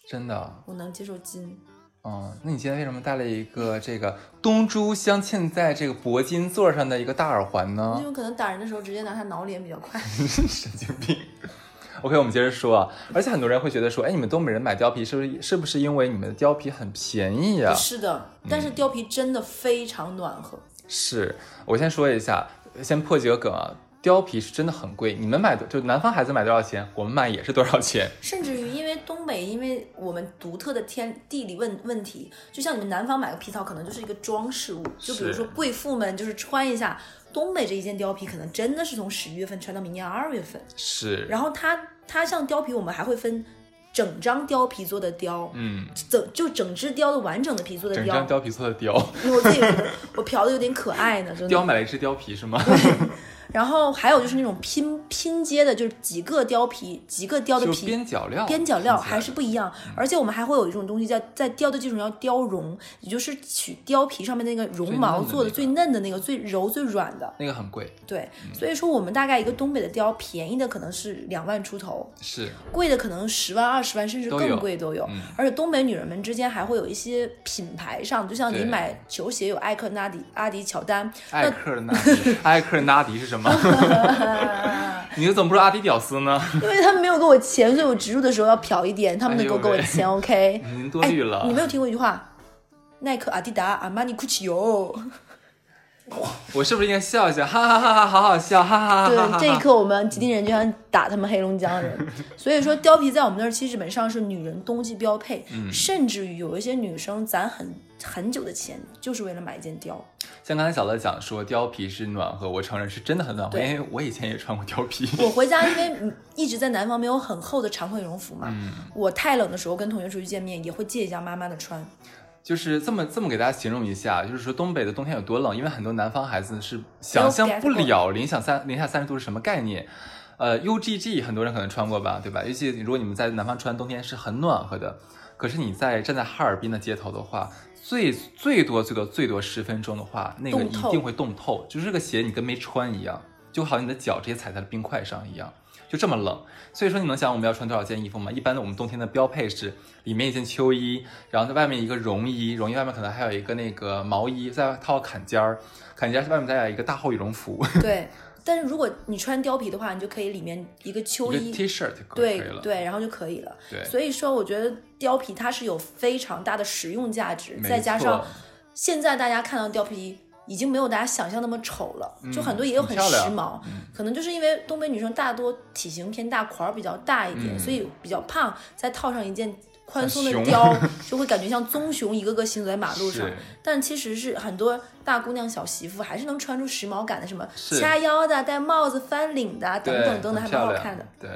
[SPEAKER 2] 真的，
[SPEAKER 3] 我能接受金，
[SPEAKER 2] 嗯，那你现在为什么戴了一个这个东珠镶嵌在这个铂金座上的一个大耳环呢？
[SPEAKER 3] 因为可能打人的时候直接拿它挠脸比较快。
[SPEAKER 2] 神经病。OK，我们接着说啊，而且很多人会觉得说，哎，你们东北人买貂皮是不是是不是因为你们的貂皮很便宜啊呀、
[SPEAKER 3] 是的，
[SPEAKER 2] 嗯
[SPEAKER 3] 但是貂皮真的非常暖和。
[SPEAKER 2] 是我先说一下，先破几个梗啊，貂皮是真的很贵，你们买的就南方孩子买多少钱，我们买也是多少钱。
[SPEAKER 3] 甚至于因为东北，因为我们独特的天地理问问题，就像你们南方买个皮草，可能就是一个装饰物，就比如
[SPEAKER 2] 是
[SPEAKER 3] 说贵妇们就是穿一下，东北这一件貂皮可能真的是从十一月份穿到明年二月份。
[SPEAKER 2] 是，
[SPEAKER 3] 然后它它像貂皮，我们还会分整张貂皮做的貂，
[SPEAKER 2] 嗯，
[SPEAKER 3] 整就整只貂的完整的皮做的
[SPEAKER 2] 整
[SPEAKER 3] 貂嗯
[SPEAKER 2] 张。貂皮做的貂，
[SPEAKER 3] 因为我自己觉得我嫖的有点可爱呢，真
[SPEAKER 2] 貂
[SPEAKER 3] 的。
[SPEAKER 2] 买了一只貂皮是吗？
[SPEAKER 3] 然后还有就是那种拼拼接的，就是几个貂皮，几个貂的
[SPEAKER 2] 就
[SPEAKER 3] 皮，
[SPEAKER 2] 边角料，
[SPEAKER 3] 边角料还是不一样，
[SPEAKER 2] 嗯
[SPEAKER 3] 而且我们还会有一种东西叫在貂的基础上要貂绒，也就是取貂皮上面那个绒毛做的
[SPEAKER 2] 最
[SPEAKER 3] 最嫩的那个、最柔、最软的。
[SPEAKER 2] 那个很贵，
[SPEAKER 3] 对，
[SPEAKER 2] 嗯
[SPEAKER 3] 所以说我们大概一个东北的貂，便宜的可能是两万出头，
[SPEAKER 2] 是
[SPEAKER 3] 贵的可能十万、二十万，甚至
[SPEAKER 2] 都有
[SPEAKER 3] 更贵都有。
[SPEAKER 2] 嗯
[SPEAKER 3] 而且东北女人们之间还会有一些品牌上，就像你
[SPEAKER 2] 对
[SPEAKER 3] 买球鞋有艾克纳迪、阿迪、乔丹，
[SPEAKER 2] 艾克纳 迪，艾克纳迪是什么？你怎么不说阿迪屌丝 呢？
[SPEAKER 3] 因为他们没有给我钱，所以我植入的时候要瞟一点，他们能够
[SPEAKER 2] 哎呦
[SPEAKER 3] 给我
[SPEAKER 2] 喂
[SPEAKER 3] 钱、o k
[SPEAKER 2] 您多虑了
[SPEAKER 3] 哎。你没有听过一句话？耐克、阿迪达、哦阿玛尼、古 奇哟。
[SPEAKER 2] 我是不是应该笑一下？哈哈哈哈，好好笑，哈哈哈哈哈哈。
[SPEAKER 3] 对，这一刻我们吉林人就想打他们黑龙江 人。所以说，貂皮在我们那儿基本上是女人冬季标配，
[SPEAKER 2] 嗯
[SPEAKER 3] 甚至于有一些女生攒很很久的钱，就是为了买一件貂。
[SPEAKER 2] 像刚才小乐讲说，貂皮是暖和，我承认是真的很暖和，因
[SPEAKER 3] 对
[SPEAKER 2] 为我以前也穿过貂皮。
[SPEAKER 3] 我回家因为嗯一直在南方没有很厚的长款羽绒服嘛，
[SPEAKER 2] 嗯
[SPEAKER 3] 我太冷的时候跟同学出去见面也会借一下妈妈的穿。
[SPEAKER 2] 就是这么这么给大家形容一下，就是说东北的冬天有多冷，因为很多南方孩子是想象不了零下三零下三十度是什么概念。呃，UGG 很多人可能穿过吧，对吧？尤其如果你们在南方穿，冬天是很暖和的。可是你在站在哈尔滨的街头的话，最最多最多最多十分钟的话，那个
[SPEAKER 3] 冻
[SPEAKER 2] 一
[SPEAKER 3] 透
[SPEAKER 2] 定会冻透，就是这个鞋你跟没穿一样，就好像你的脚直接踩在了冰块上一样，就这么冷。所以说，你能想我们要穿多少件衣服吗？一般的我们冬天的标配是里面一件秋衣，然后在外面一个绒衣，绒衣外面可能还有一个那个毛衣，再套坎肩儿，坎肩儿外面再有一个大厚羽绒服，
[SPEAKER 3] 对，但是如果你穿貂皮的话，你就可以里面一个秋
[SPEAKER 2] 一个
[SPEAKER 3] 衣
[SPEAKER 2] T 恤就可以
[SPEAKER 3] 对
[SPEAKER 2] 了。
[SPEAKER 3] 对，然后就可以了。
[SPEAKER 2] 对
[SPEAKER 3] 所以说我觉得貂皮它是有非常大的实用价值，
[SPEAKER 2] 没
[SPEAKER 3] 再加上
[SPEAKER 2] 错
[SPEAKER 3] 现在大家看到貂皮。已经没有大家想象那么丑了，就
[SPEAKER 2] 嗯
[SPEAKER 3] 很多也有
[SPEAKER 2] 很
[SPEAKER 3] 很
[SPEAKER 2] 漂
[SPEAKER 3] 时
[SPEAKER 2] 亮嗯
[SPEAKER 3] 髦，可能就是因为东北女生大多体型偏大，块儿比较大一点，
[SPEAKER 2] 嗯
[SPEAKER 3] 所以比较胖，再套上一件宽松的
[SPEAKER 2] 像熊
[SPEAKER 3] 貂，就会感觉像棕熊一个个行走在马路上
[SPEAKER 2] 是。
[SPEAKER 3] 但其实是很多大姑娘小媳妇还是能穿出时髦感的，什么
[SPEAKER 2] 是
[SPEAKER 3] 掐腰的、戴帽子、翻领的等
[SPEAKER 2] 对，
[SPEAKER 3] 等等
[SPEAKER 2] 很
[SPEAKER 3] 等，还蛮
[SPEAKER 2] 漂
[SPEAKER 3] 好
[SPEAKER 2] 亮
[SPEAKER 3] 看的。。
[SPEAKER 2] 对。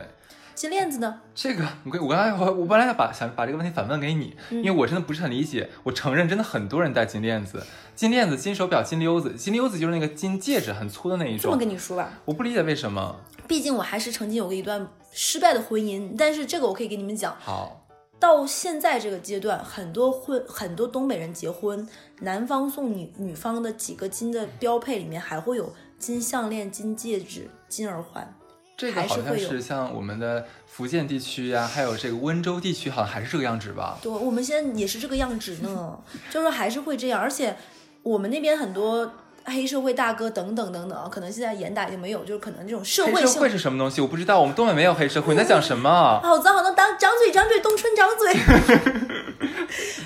[SPEAKER 3] 金链子呢？
[SPEAKER 2] 这个，我我刚才我我本来要把想把这个问题反问给你，因为我真的不是很理解。我承认，真的很多人戴金链子、金链子、金手表、金溜子、金溜子就是那个金戒指，很粗的那一
[SPEAKER 3] 这么
[SPEAKER 2] 种
[SPEAKER 3] 跟。你说吧，
[SPEAKER 2] 我不理解为什么。
[SPEAKER 3] 毕竟我还是曾经有过一段失败的婚姻，但是这个我可以给你们讲，
[SPEAKER 2] 好，
[SPEAKER 3] 到现在这个阶段，很多婚很多东北人结婚，男方送女女方的几个金的标配里面还会有金项链、金戒指、金耳环，
[SPEAKER 2] 这个
[SPEAKER 3] 还是
[SPEAKER 2] 好像
[SPEAKER 3] 会有
[SPEAKER 2] 是像我们的福建地区呀、还有这个温州地区，好像还是这个样子吧。
[SPEAKER 3] 对，我们现在也是这个样子呢， 就是还是会这样，而且我们那边很多黑社会大哥等等等等啊，可能现在严打已经没有，就是可能这种社
[SPEAKER 2] 黑
[SPEAKER 3] 会
[SPEAKER 2] 社
[SPEAKER 3] 性
[SPEAKER 2] 会。是什么东西？我不知道，我们东北没有黑社会，你在讲什么？
[SPEAKER 3] 好脏好脏，长长嘴长嘴，冬春长嘴。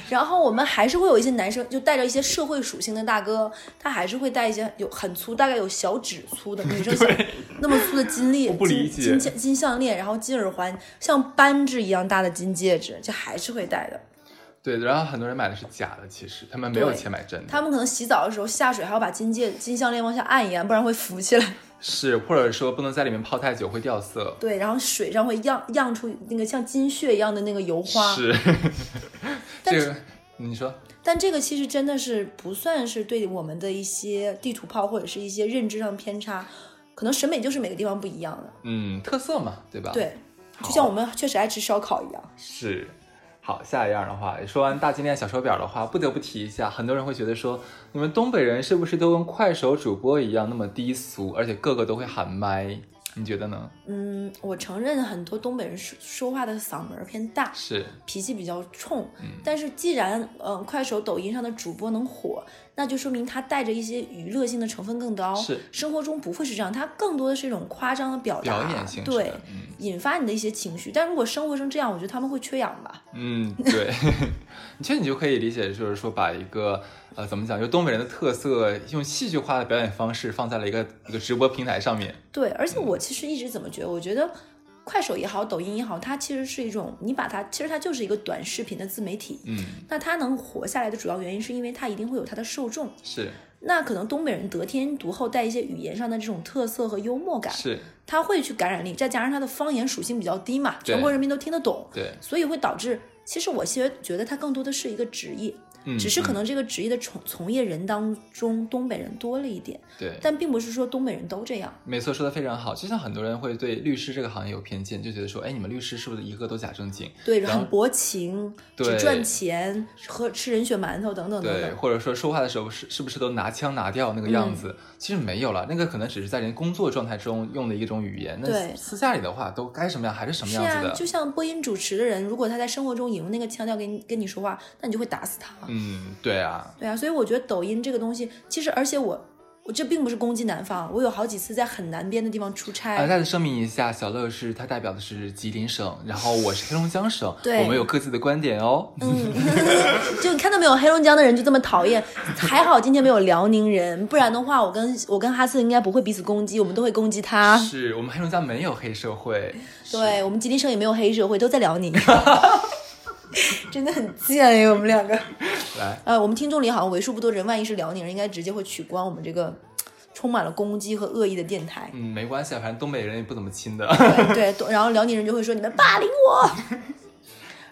[SPEAKER 3] 然后我们还是会有一些男生，就带着一些社会属性的大哥，他还是会带一些有很粗，大概有小指粗的女生小那么粗的金链，
[SPEAKER 2] 我不理解
[SPEAKER 3] 金金金项链，然后金耳环，像扳指一样大的金戒指，就还是会戴的。
[SPEAKER 2] 对，然后很多人买的是假的，其实他们没有
[SPEAKER 3] 对
[SPEAKER 2] 钱买真的，
[SPEAKER 3] 他们可能洗澡的时候下水还要把金戒金项链往下按一按，不然会浮起来。
[SPEAKER 2] 是或者说不能在里面泡太久会掉色。
[SPEAKER 3] 对，然后水上会漾漾出那个像金屑一样的那个油花。
[SPEAKER 2] 是，
[SPEAKER 3] 但
[SPEAKER 2] 这个你说
[SPEAKER 3] 但这个其实真的是不算是对我们的一些地图炮或者是一些认知上偏差，可能审美就是每个地方不一样的。
[SPEAKER 2] 嗯，特色嘛，对吧？，
[SPEAKER 3] 对，
[SPEAKER 2] 啊
[SPEAKER 3] 就像我们确实爱吃烧烤一样。
[SPEAKER 2] 是。好，下一样的话，说完大金链、小手表的话，不得不提一下，很多人会觉得说，你们东北人是不是都跟快手主播一样那么低俗，而且个个都会喊麦？你觉得呢？
[SPEAKER 3] 嗯，我承认很多东北人说说话的嗓门儿偏大，
[SPEAKER 2] 是，
[SPEAKER 3] 脾气比较冲，但是既然嗯、呃快手、抖音上的主播能火，那就说明他带着一些娱乐性的成分更高。
[SPEAKER 2] 是
[SPEAKER 3] 生活中不会是这样，他更多的是一种夸张的表达，
[SPEAKER 2] 表演性质的
[SPEAKER 3] 对，
[SPEAKER 2] 嗯
[SPEAKER 3] 引发你的一些情绪。但如果生活中这样，我觉得他们会缺氧吧。
[SPEAKER 2] 嗯， 对，其实你就可以理解，就是说把一个呃怎么讲，就东北人的特色，用戏剧化的表演方式放在了一个一个直播平台上面。
[SPEAKER 3] 对，而且
[SPEAKER 2] 嗯
[SPEAKER 3] 我其实一直怎么觉得，我觉得。快手也好，抖音也好，它其实是一种，你把它，其实它就是一个短视频的自媒体。
[SPEAKER 2] 嗯，
[SPEAKER 3] 那它能活下来的主要原因，是因为它一定会有它的受众。
[SPEAKER 2] 是
[SPEAKER 3] 那可能东北人得天独厚，带一些语言上的这种特色和幽默感，
[SPEAKER 2] 是，
[SPEAKER 3] 他会去感染力，再加上他的方言属性比较低嘛，
[SPEAKER 2] 对
[SPEAKER 3] 全国人民都听得懂，
[SPEAKER 2] 对，
[SPEAKER 3] 所以会导致，其实我其实觉得他更多的是一个职业，
[SPEAKER 2] 嗯，
[SPEAKER 3] 只是可
[SPEAKER 2] 嗯
[SPEAKER 3] 能这个职业的从从业人当中，东北人多了一点，
[SPEAKER 2] 对。
[SPEAKER 3] 但并不是说东北人都这样。
[SPEAKER 2] 没错，说的非常好。就像很多人会对律师这个行业有偏见，就觉得说，哎，你们律师是不是一个都假正经？
[SPEAKER 3] 对，
[SPEAKER 2] 然后
[SPEAKER 3] 很薄情，
[SPEAKER 2] 对
[SPEAKER 3] 只赚钱，喝吃人血馒头等等等
[SPEAKER 2] 对，
[SPEAKER 3] 等。
[SPEAKER 2] 或者说说话的时候是是不是都拿腔拿调那个
[SPEAKER 3] 嗯
[SPEAKER 2] 样子？其实没有了，那个可能只是在人工作状态中用的一种语言。那
[SPEAKER 3] 对
[SPEAKER 2] 私下里的话，都该什么样还是什么
[SPEAKER 3] 是
[SPEAKER 2] 样子
[SPEAKER 3] 啊，
[SPEAKER 2] 的。
[SPEAKER 3] 就像播音主持的人，如果他在生活中也用那个腔调跟你跟你说话，那你就会打死他。
[SPEAKER 2] 嗯，对啊，
[SPEAKER 3] 对啊，所以我觉得抖音这个东西，其实而且我我这并不是攻击南方，我有好几次在很南边的地方出差，
[SPEAKER 2] 啊，再声明一下，小乐是他代表的是吉林省，然后我是黑龙江省，
[SPEAKER 3] 对
[SPEAKER 2] 我们有各自的观点哦。
[SPEAKER 3] 嗯， 就你看到没有，黑龙江的人就这么讨厌，还好今天没有辽宁人，不然的话，我跟我跟哈斯应该不会彼此攻击，我们都会攻击他。
[SPEAKER 2] 是我们黑龙江没有黑社会，
[SPEAKER 3] 对我们吉林省也没有黑社会，都在辽宁， 真的很贱哎，我们两个。
[SPEAKER 2] 来，
[SPEAKER 3] 呃，我们听众里好像为数不多人，万一是辽宁人，应该直接会取关我们这个充满了攻击和恶意的 电台。
[SPEAKER 2] 嗯，没关系，啊，反正东北人也不怎么亲的。
[SPEAKER 3] 对，对然后辽宁人就会说你们霸凌我，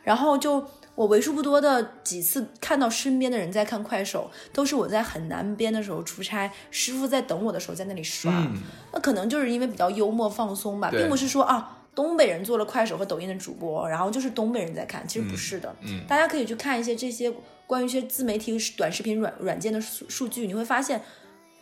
[SPEAKER 3] 然后就我为数不多的几次看到身边的人在看快手，都是我在很南边的时候出差，师傅在等我的时候在那里刷，
[SPEAKER 2] 嗯，
[SPEAKER 3] 那可能就是因为比较幽默放松吧，
[SPEAKER 2] 对
[SPEAKER 3] 并不是说啊。东北人做了快手和抖音的主播，然后就是东北人在看，其实不是的。
[SPEAKER 2] 嗯
[SPEAKER 3] 大家可以去看一些这些关于一些自媒体短视频软软件的数数据，你会发现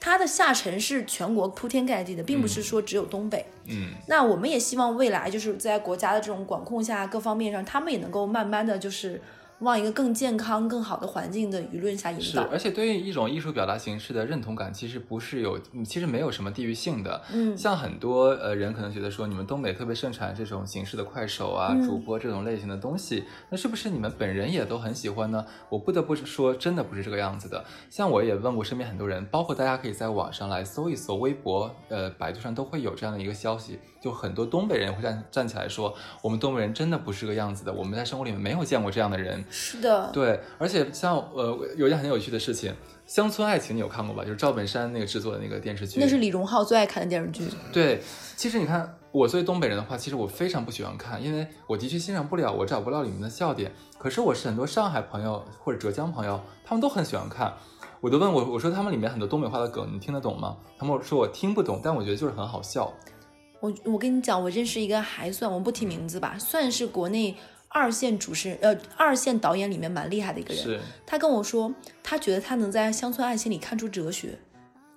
[SPEAKER 3] 它的下沉是全国铺天盖地的，并不是说只有东北。
[SPEAKER 2] 嗯，
[SPEAKER 3] 那我们也希望未来就是在国家的这种管控下，各方面上，他们也能够慢慢的就是往一个更健康、更好的环境的舆论下引
[SPEAKER 2] 是，
[SPEAKER 3] 导。
[SPEAKER 2] 而且对于一种艺术表达形式的认同感，其实不是有，嗯其实没有什么地域性的。
[SPEAKER 3] 嗯
[SPEAKER 2] 像很多呃人可能觉得说，你们东北特别盛产这种形式的快手啊、
[SPEAKER 3] 嗯
[SPEAKER 2] 主播这种类型的东西，那是不是你们本人也都很喜欢呢？我不得不说，真的不是这个样子的。像我也问过身边很多人，包括大家可以在网上来搜一搜微博、呃百度上都会有这样的一个消息，就很多东北人会站站起来说，我们东北人真的不是这个样子的，我们在生活里面没有见过这样的人。
[SPEAKER 3] 是的，
[SPEAKER 2] 对，而且像呃，有一件很有趣的事情，《乡村爱情》你有看过吧？就是赵本山那个制作的那个电视剧。
[SPEAKER 3] 那是李荣浩最爱看的电视剧。
[SPEAKER 2] 对，其实你看，我作为东北人的话，其实我非常不喜欢看，因为我的确欣赏不了，我找不到里面的笑点。可是我是很多上海朋友或者浙江朋友，他们都很喜欢看。我都问我，我说他们里面很多东北话的梗，你听得懂吗？他们说我听不懂，但我觉得就是很好笑。
[SPEAKER 3] 我我跟你讲，我认识一个还算，我不提名字吧，算是国内二线主持人呃二线导演里面蛮厉害的一个人，
[SPEAKER 2] 是
[SPEAKER 3] 他跟我说，他觉得他能在《乡村爱情》里看出哲学，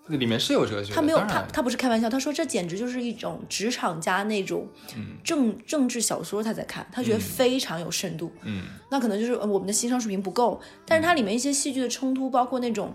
[SPEAKER 2] 里面是有哲学的，
[SPEAKER 3] 他没有
[SPEAKER 2] 当
[SPEAKER 3] 他
[SPEAKER 2] 然
[SPEAKER 3] 他不是开玩笑，他说这简直就是一种职场家那种
[SPEAKER 2] 嗯
[SPEAKER 3] 政、政治小说他在看，他觉得非常有深度。
[SPEAKER 2] 嗯，
[SPEAKER 3] 那可能就是呃我们的欣赏水平不够，但是它里面一些戏剧的冲突，包括那种。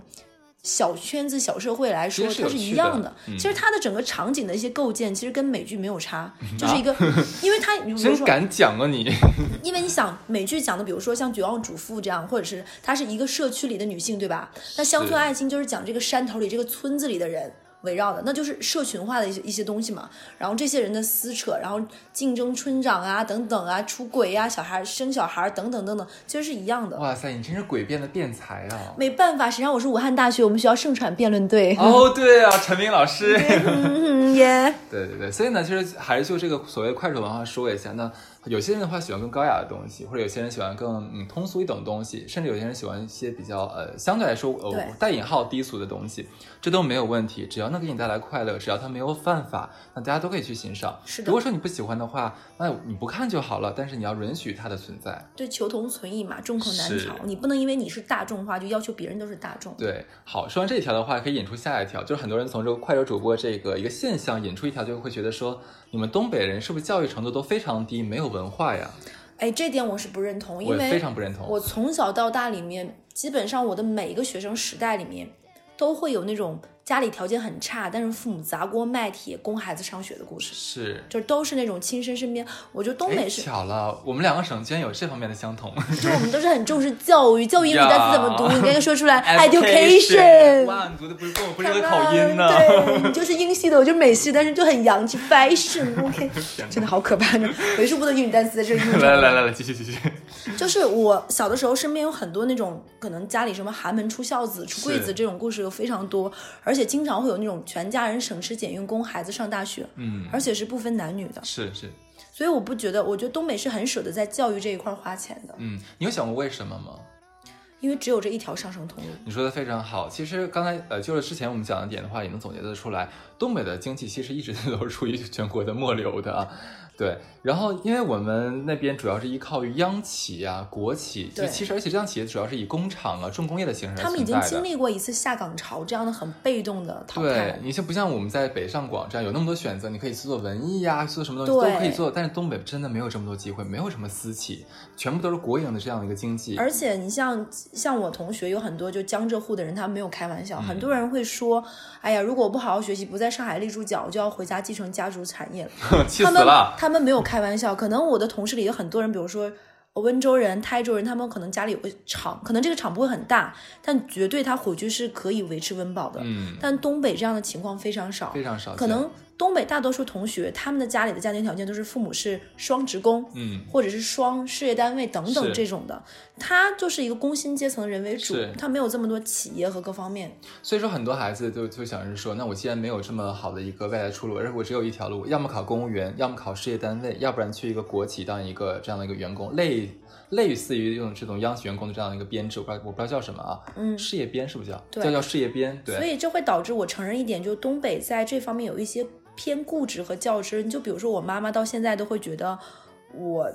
[SPEAKER 3] 小圈子、小社会来说，
[SPEAKER 2] 其实是
[SPEAKER 3] 它
[SPEAKER 2] 有
[SPEAKER 3] 是一
[SPEAKER 2] 趣的
[SPEAKER 3] 样的。
[SPEAKER 2] 嗯
[SPEAKER 3] 其实它的整个场景的一些构建，其实跟美剧没有差，
[SPEAKER 2] 嗯
[SPEAKER 3] 就是一个，
[SPEAKER 2] 啊
[SPEAKER 3] 因为它比如
[SPEAKER 2] 真
[SPEAKER 3] 说，
[SPEAKER 2] 敢讲啊你！
[SPEAKER 3] 因为你想美剧讲的，比如说像《绝望主妇》这样，或者是它是一个社区里的女性，对吧？那乡村爱情就是讲这个山头里、这个村子里的人围绕的，那就是社群化的一些一些东西嘛。然后这些人的撕扯，然后竞争村长啊、等等啊、出轨啊、小孩生小孩等等等等，其实是一样的。
[SPEAKER 2] 哇塞，你真是诡辩的辩才啊！
[SPEAKER 3] 没办法，谁让我是武汉大学我们学校盛产辩论队？
[SPEAKER 2] 哦，对啊，陈明老师。
[SPEAKER 3] 嗯耶，
[SPEAKER 2] 对对对，所以呢，其实还是就这个所谓快手文化说一下。那有些人的话喜欢更高雅的东西，或者有些人喜欢更嗯通俗一点的东西，甚至有些人喜欢一些比较呃相对来说
[SPEAKER 3] 对
[SPEAKER 2] 呃带引号低俗的东西，这都没有问题，只要能给你带来快乐，只要它没有犯法，那大家都可以去欣赏。
[SPEAKER 3] 是的
[SPEAKER 2] 如果说你不喜欢的话，那你不看就好了，但是你要允许它的存在。
[SPEAKER 3] 对，求同存异嘛，众口难
[SPEAKER 2] 是
[SPEAKER 3] 调。你不能因为你是大众化，就要求别人都是大众。
[SPEAKER 2] 对，好，说完这一条的话，可以引出下一条，就是很多人从这个快手主播这个一个现象引出一条，就会觉得说，你们东北人是不是教育程度都非常低，没有文化呀？
[SPEAKER 3] 哎，这点我是不认同，因
[SPEAKER 2] 我
[SPEAKER 3] 为
[SPEAKER 2] 也非常不认同。
[SPEAKER 3] 我从小到大里面，基本上我的每一个学生时代里面，都会有那种家里条件很差，但是父母砸锅卖铁供孩子上学的故事，
[SPEAKER 2] 是，
[SPEAKER 3] 就都是那种亲身身边。我觉得东
[SPEAKER 2] 哎，
[SPEAKER 3] 北是，
[SPEAKER 2] 巧了，我们两个省居然有这方面的相同。
[SPEAKER 3] 就我们都是很重视教育，教育英语
[SPEAKER 2] 呀
[SPEAKER 3] 单词怎么读，你那个说 出来
[SPEAKER 2] 哇，
[SPEAKER 3] education。
[SPEAKER 2] 你读的不是跟我不是一个口音呢。
[SPEAKER 3] 对你就是英系的，我就是美系，但是就很洋气，fashion，OK，、真的好可怕呢！为数不多英语单词在这儿 用
[SPEAKER 2] 来来来来，继续继续。
[SPEAKER 3] 就是我小的时候，身边有很多那种可能家里什么寒门出孝子、出贵
[SPEAKER 2] 是
[SPEAKER 3] 子这种故事有非常多，而且经常会有那种全家人省吃俭用供孩子上大学，
[SPEAKER 2] 嗯，
[SPEAKER 3] 而且是不分男女的。
[SPEAKER 2] 是是，
[SPEAKER 3] 所以我不觉得，我觉得东北是很舍得在教育这一块花钱的，
[SPEAKER 2] 嗯，你有想过为什么吗？
[SPEAKER 3] 因为只有这一条上升通路。
[SPEAKER 2] 你说的非常好。其实刚才呃，就是之前我们讲的点的话，也能总结得出来，东北的经济其实一直 都是处于全国的末流的啊。对，然后因为我们那边主要是依靠于央企啊、国企，
[SPEAKER 3] 对
[SPEAKER 2] 其实而且这样企业主要是以工厂啊、重工业的形式来
[SPEAKER 3] 他们已
[SPEAKER 2] 存
[SPEAKER 3] 经
[SPEAKER 2] 在
[SPEAKER 3] 经
[SPEAKER 2] 的。
[SPEAKER 3] 历过一次下岗潮这样的很被动的淘
[SPEAKER 2] 对
[SPEAKER 3] 汰，
[SPEAKER 2] 你像不像我们在北上广这样有那么多选择，你可以去做文艺呀、去做什么东西
[SPEAKER 3] 对
[SPEAKER 2] 都可以做，但是东北真的没有这么多机会，没有什么私企，全部都是国营的这样的一个经济。
[SPEAKER 3] 而且你像像我同学有很多就江浙沪的人，他们没有开玩笑，很
[SPEAKER 2] 嗯
[SPEAKER 3] 多人会说，哎呀，如果我不好好学习，不在上海立住脚，我就要回家继承家族产业了。
[SPEAKER 2] 气
[SPEAKER 3] 他
[SPEAKER 2] 死
[SPEAKER 3] 们
[SPEAKER 2] 了！
[SPEAKER 3] 他们没有开玩笑，可能我的同事里有很多人，比如说呃温州人、台州人，他们可能家里有个厂，可能这个厂不会很大，但绝对他回去是可以维持温饱的。
[SPEAKER 2] 嗯，
[SPEAKER 3] 但东北这样的情况非常少，
[SPEAKER 2] 非常少见。
[SPEAKER 3] 可能东北大多数同学他们的家里的家庭条件都是父母是双职工，
[SPEAKER 2] 嗯，
[SPEAKER 3] 或者是双事业单位等
[SPEAKER 2] 是
[SPEAKER 3] 等这种的，他就是一个工薪阶层的人为主
[SPEAKER 2] 是，
[SPEAKER 3] 他没有这么多企业和各方面。
[SPEAKER 2] 所以说，很多孩子就就想是说，那我既然没有这么好的一个未来出路，而且我只有一条路，要么考公务员，要么考事业单位，要不然去一个国企当一个这样的一个员工，类类似于这种这种央企员工的这样的一个编制，我不知道我不知道叫什么啊，
[SPEAKER 3] 嗯
[SPEAKER 2] 事业编是不是叫？
[SPEAKER 3] 对
[SPEAKER 2] 叫叫事业编，对，
[SPEAKER 3] 所以这会导致我承认一点，就东北在这方面有一些偏固执和较真。就比如说我妈妈到现在都会觉得我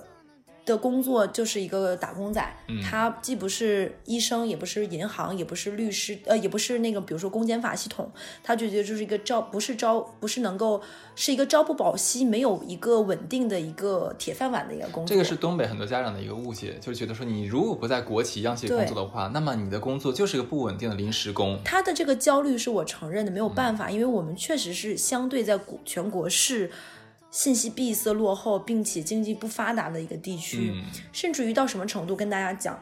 [SPEAKER 3] 的工作就是一个打工仔，
[SPEAKER 2] 嗯
[SPEAKER 3] 她既不是医生，也不是银行，也不是律师，呃，也不是那个比如说公检法系统，她就觉得就是一个朝不是朝不是能够是一个朝不保夕，没有一个稳定的一个铁饭碗的一个工作。
[SPEAKER 2] 这个是东北很多家长的一个误解，就是觉得说，你如果不在国企、央企工作的话，那么你的工作就是一个不稳定的临时工。
[SPEAKER 3] 他的这个焦虑是我承认的，没有
[SPEAKER 2] 嗯
[SPEAKER 3] 办法，因为我们确实是相对在国全国是信息闭塞落后，并且经济不发达的一个地区，
[SPEAKER 2] 嗯，
[SPEAKER 3] 甚至于到什么程度，跟大家讲。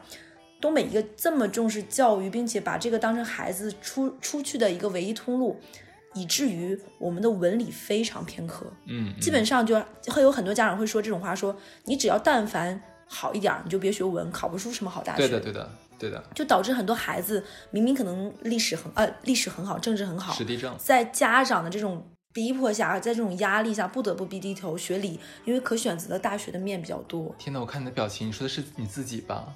[SPEAKER 3] 东北一个这么重视教育，并且把这个当成孩子出出去的一个唯一通路，以至于我们的文理非常偏科。
[SPEAKER 2] 嗯，
[SPEAKER 3] 基本上就会有很多家长会说这种话说，你只要但凡好一点儿，你就别学文，考不出什么好大学。
[SPEAKER 2] 对的，对的，对的，
[SPEAKER 3] 就导致很多孩子明明可能历史很呃历史很好，政治很好
[SPEAKER 2] 史，地政。。
[SPEAKER 3] 在家长的这种逼迫下，在这种压力下，不得不低头学理，因为可选择的大学的面比较多
[SPEAKER 2] 天呐，我看你的表情，你说的是你自己吧？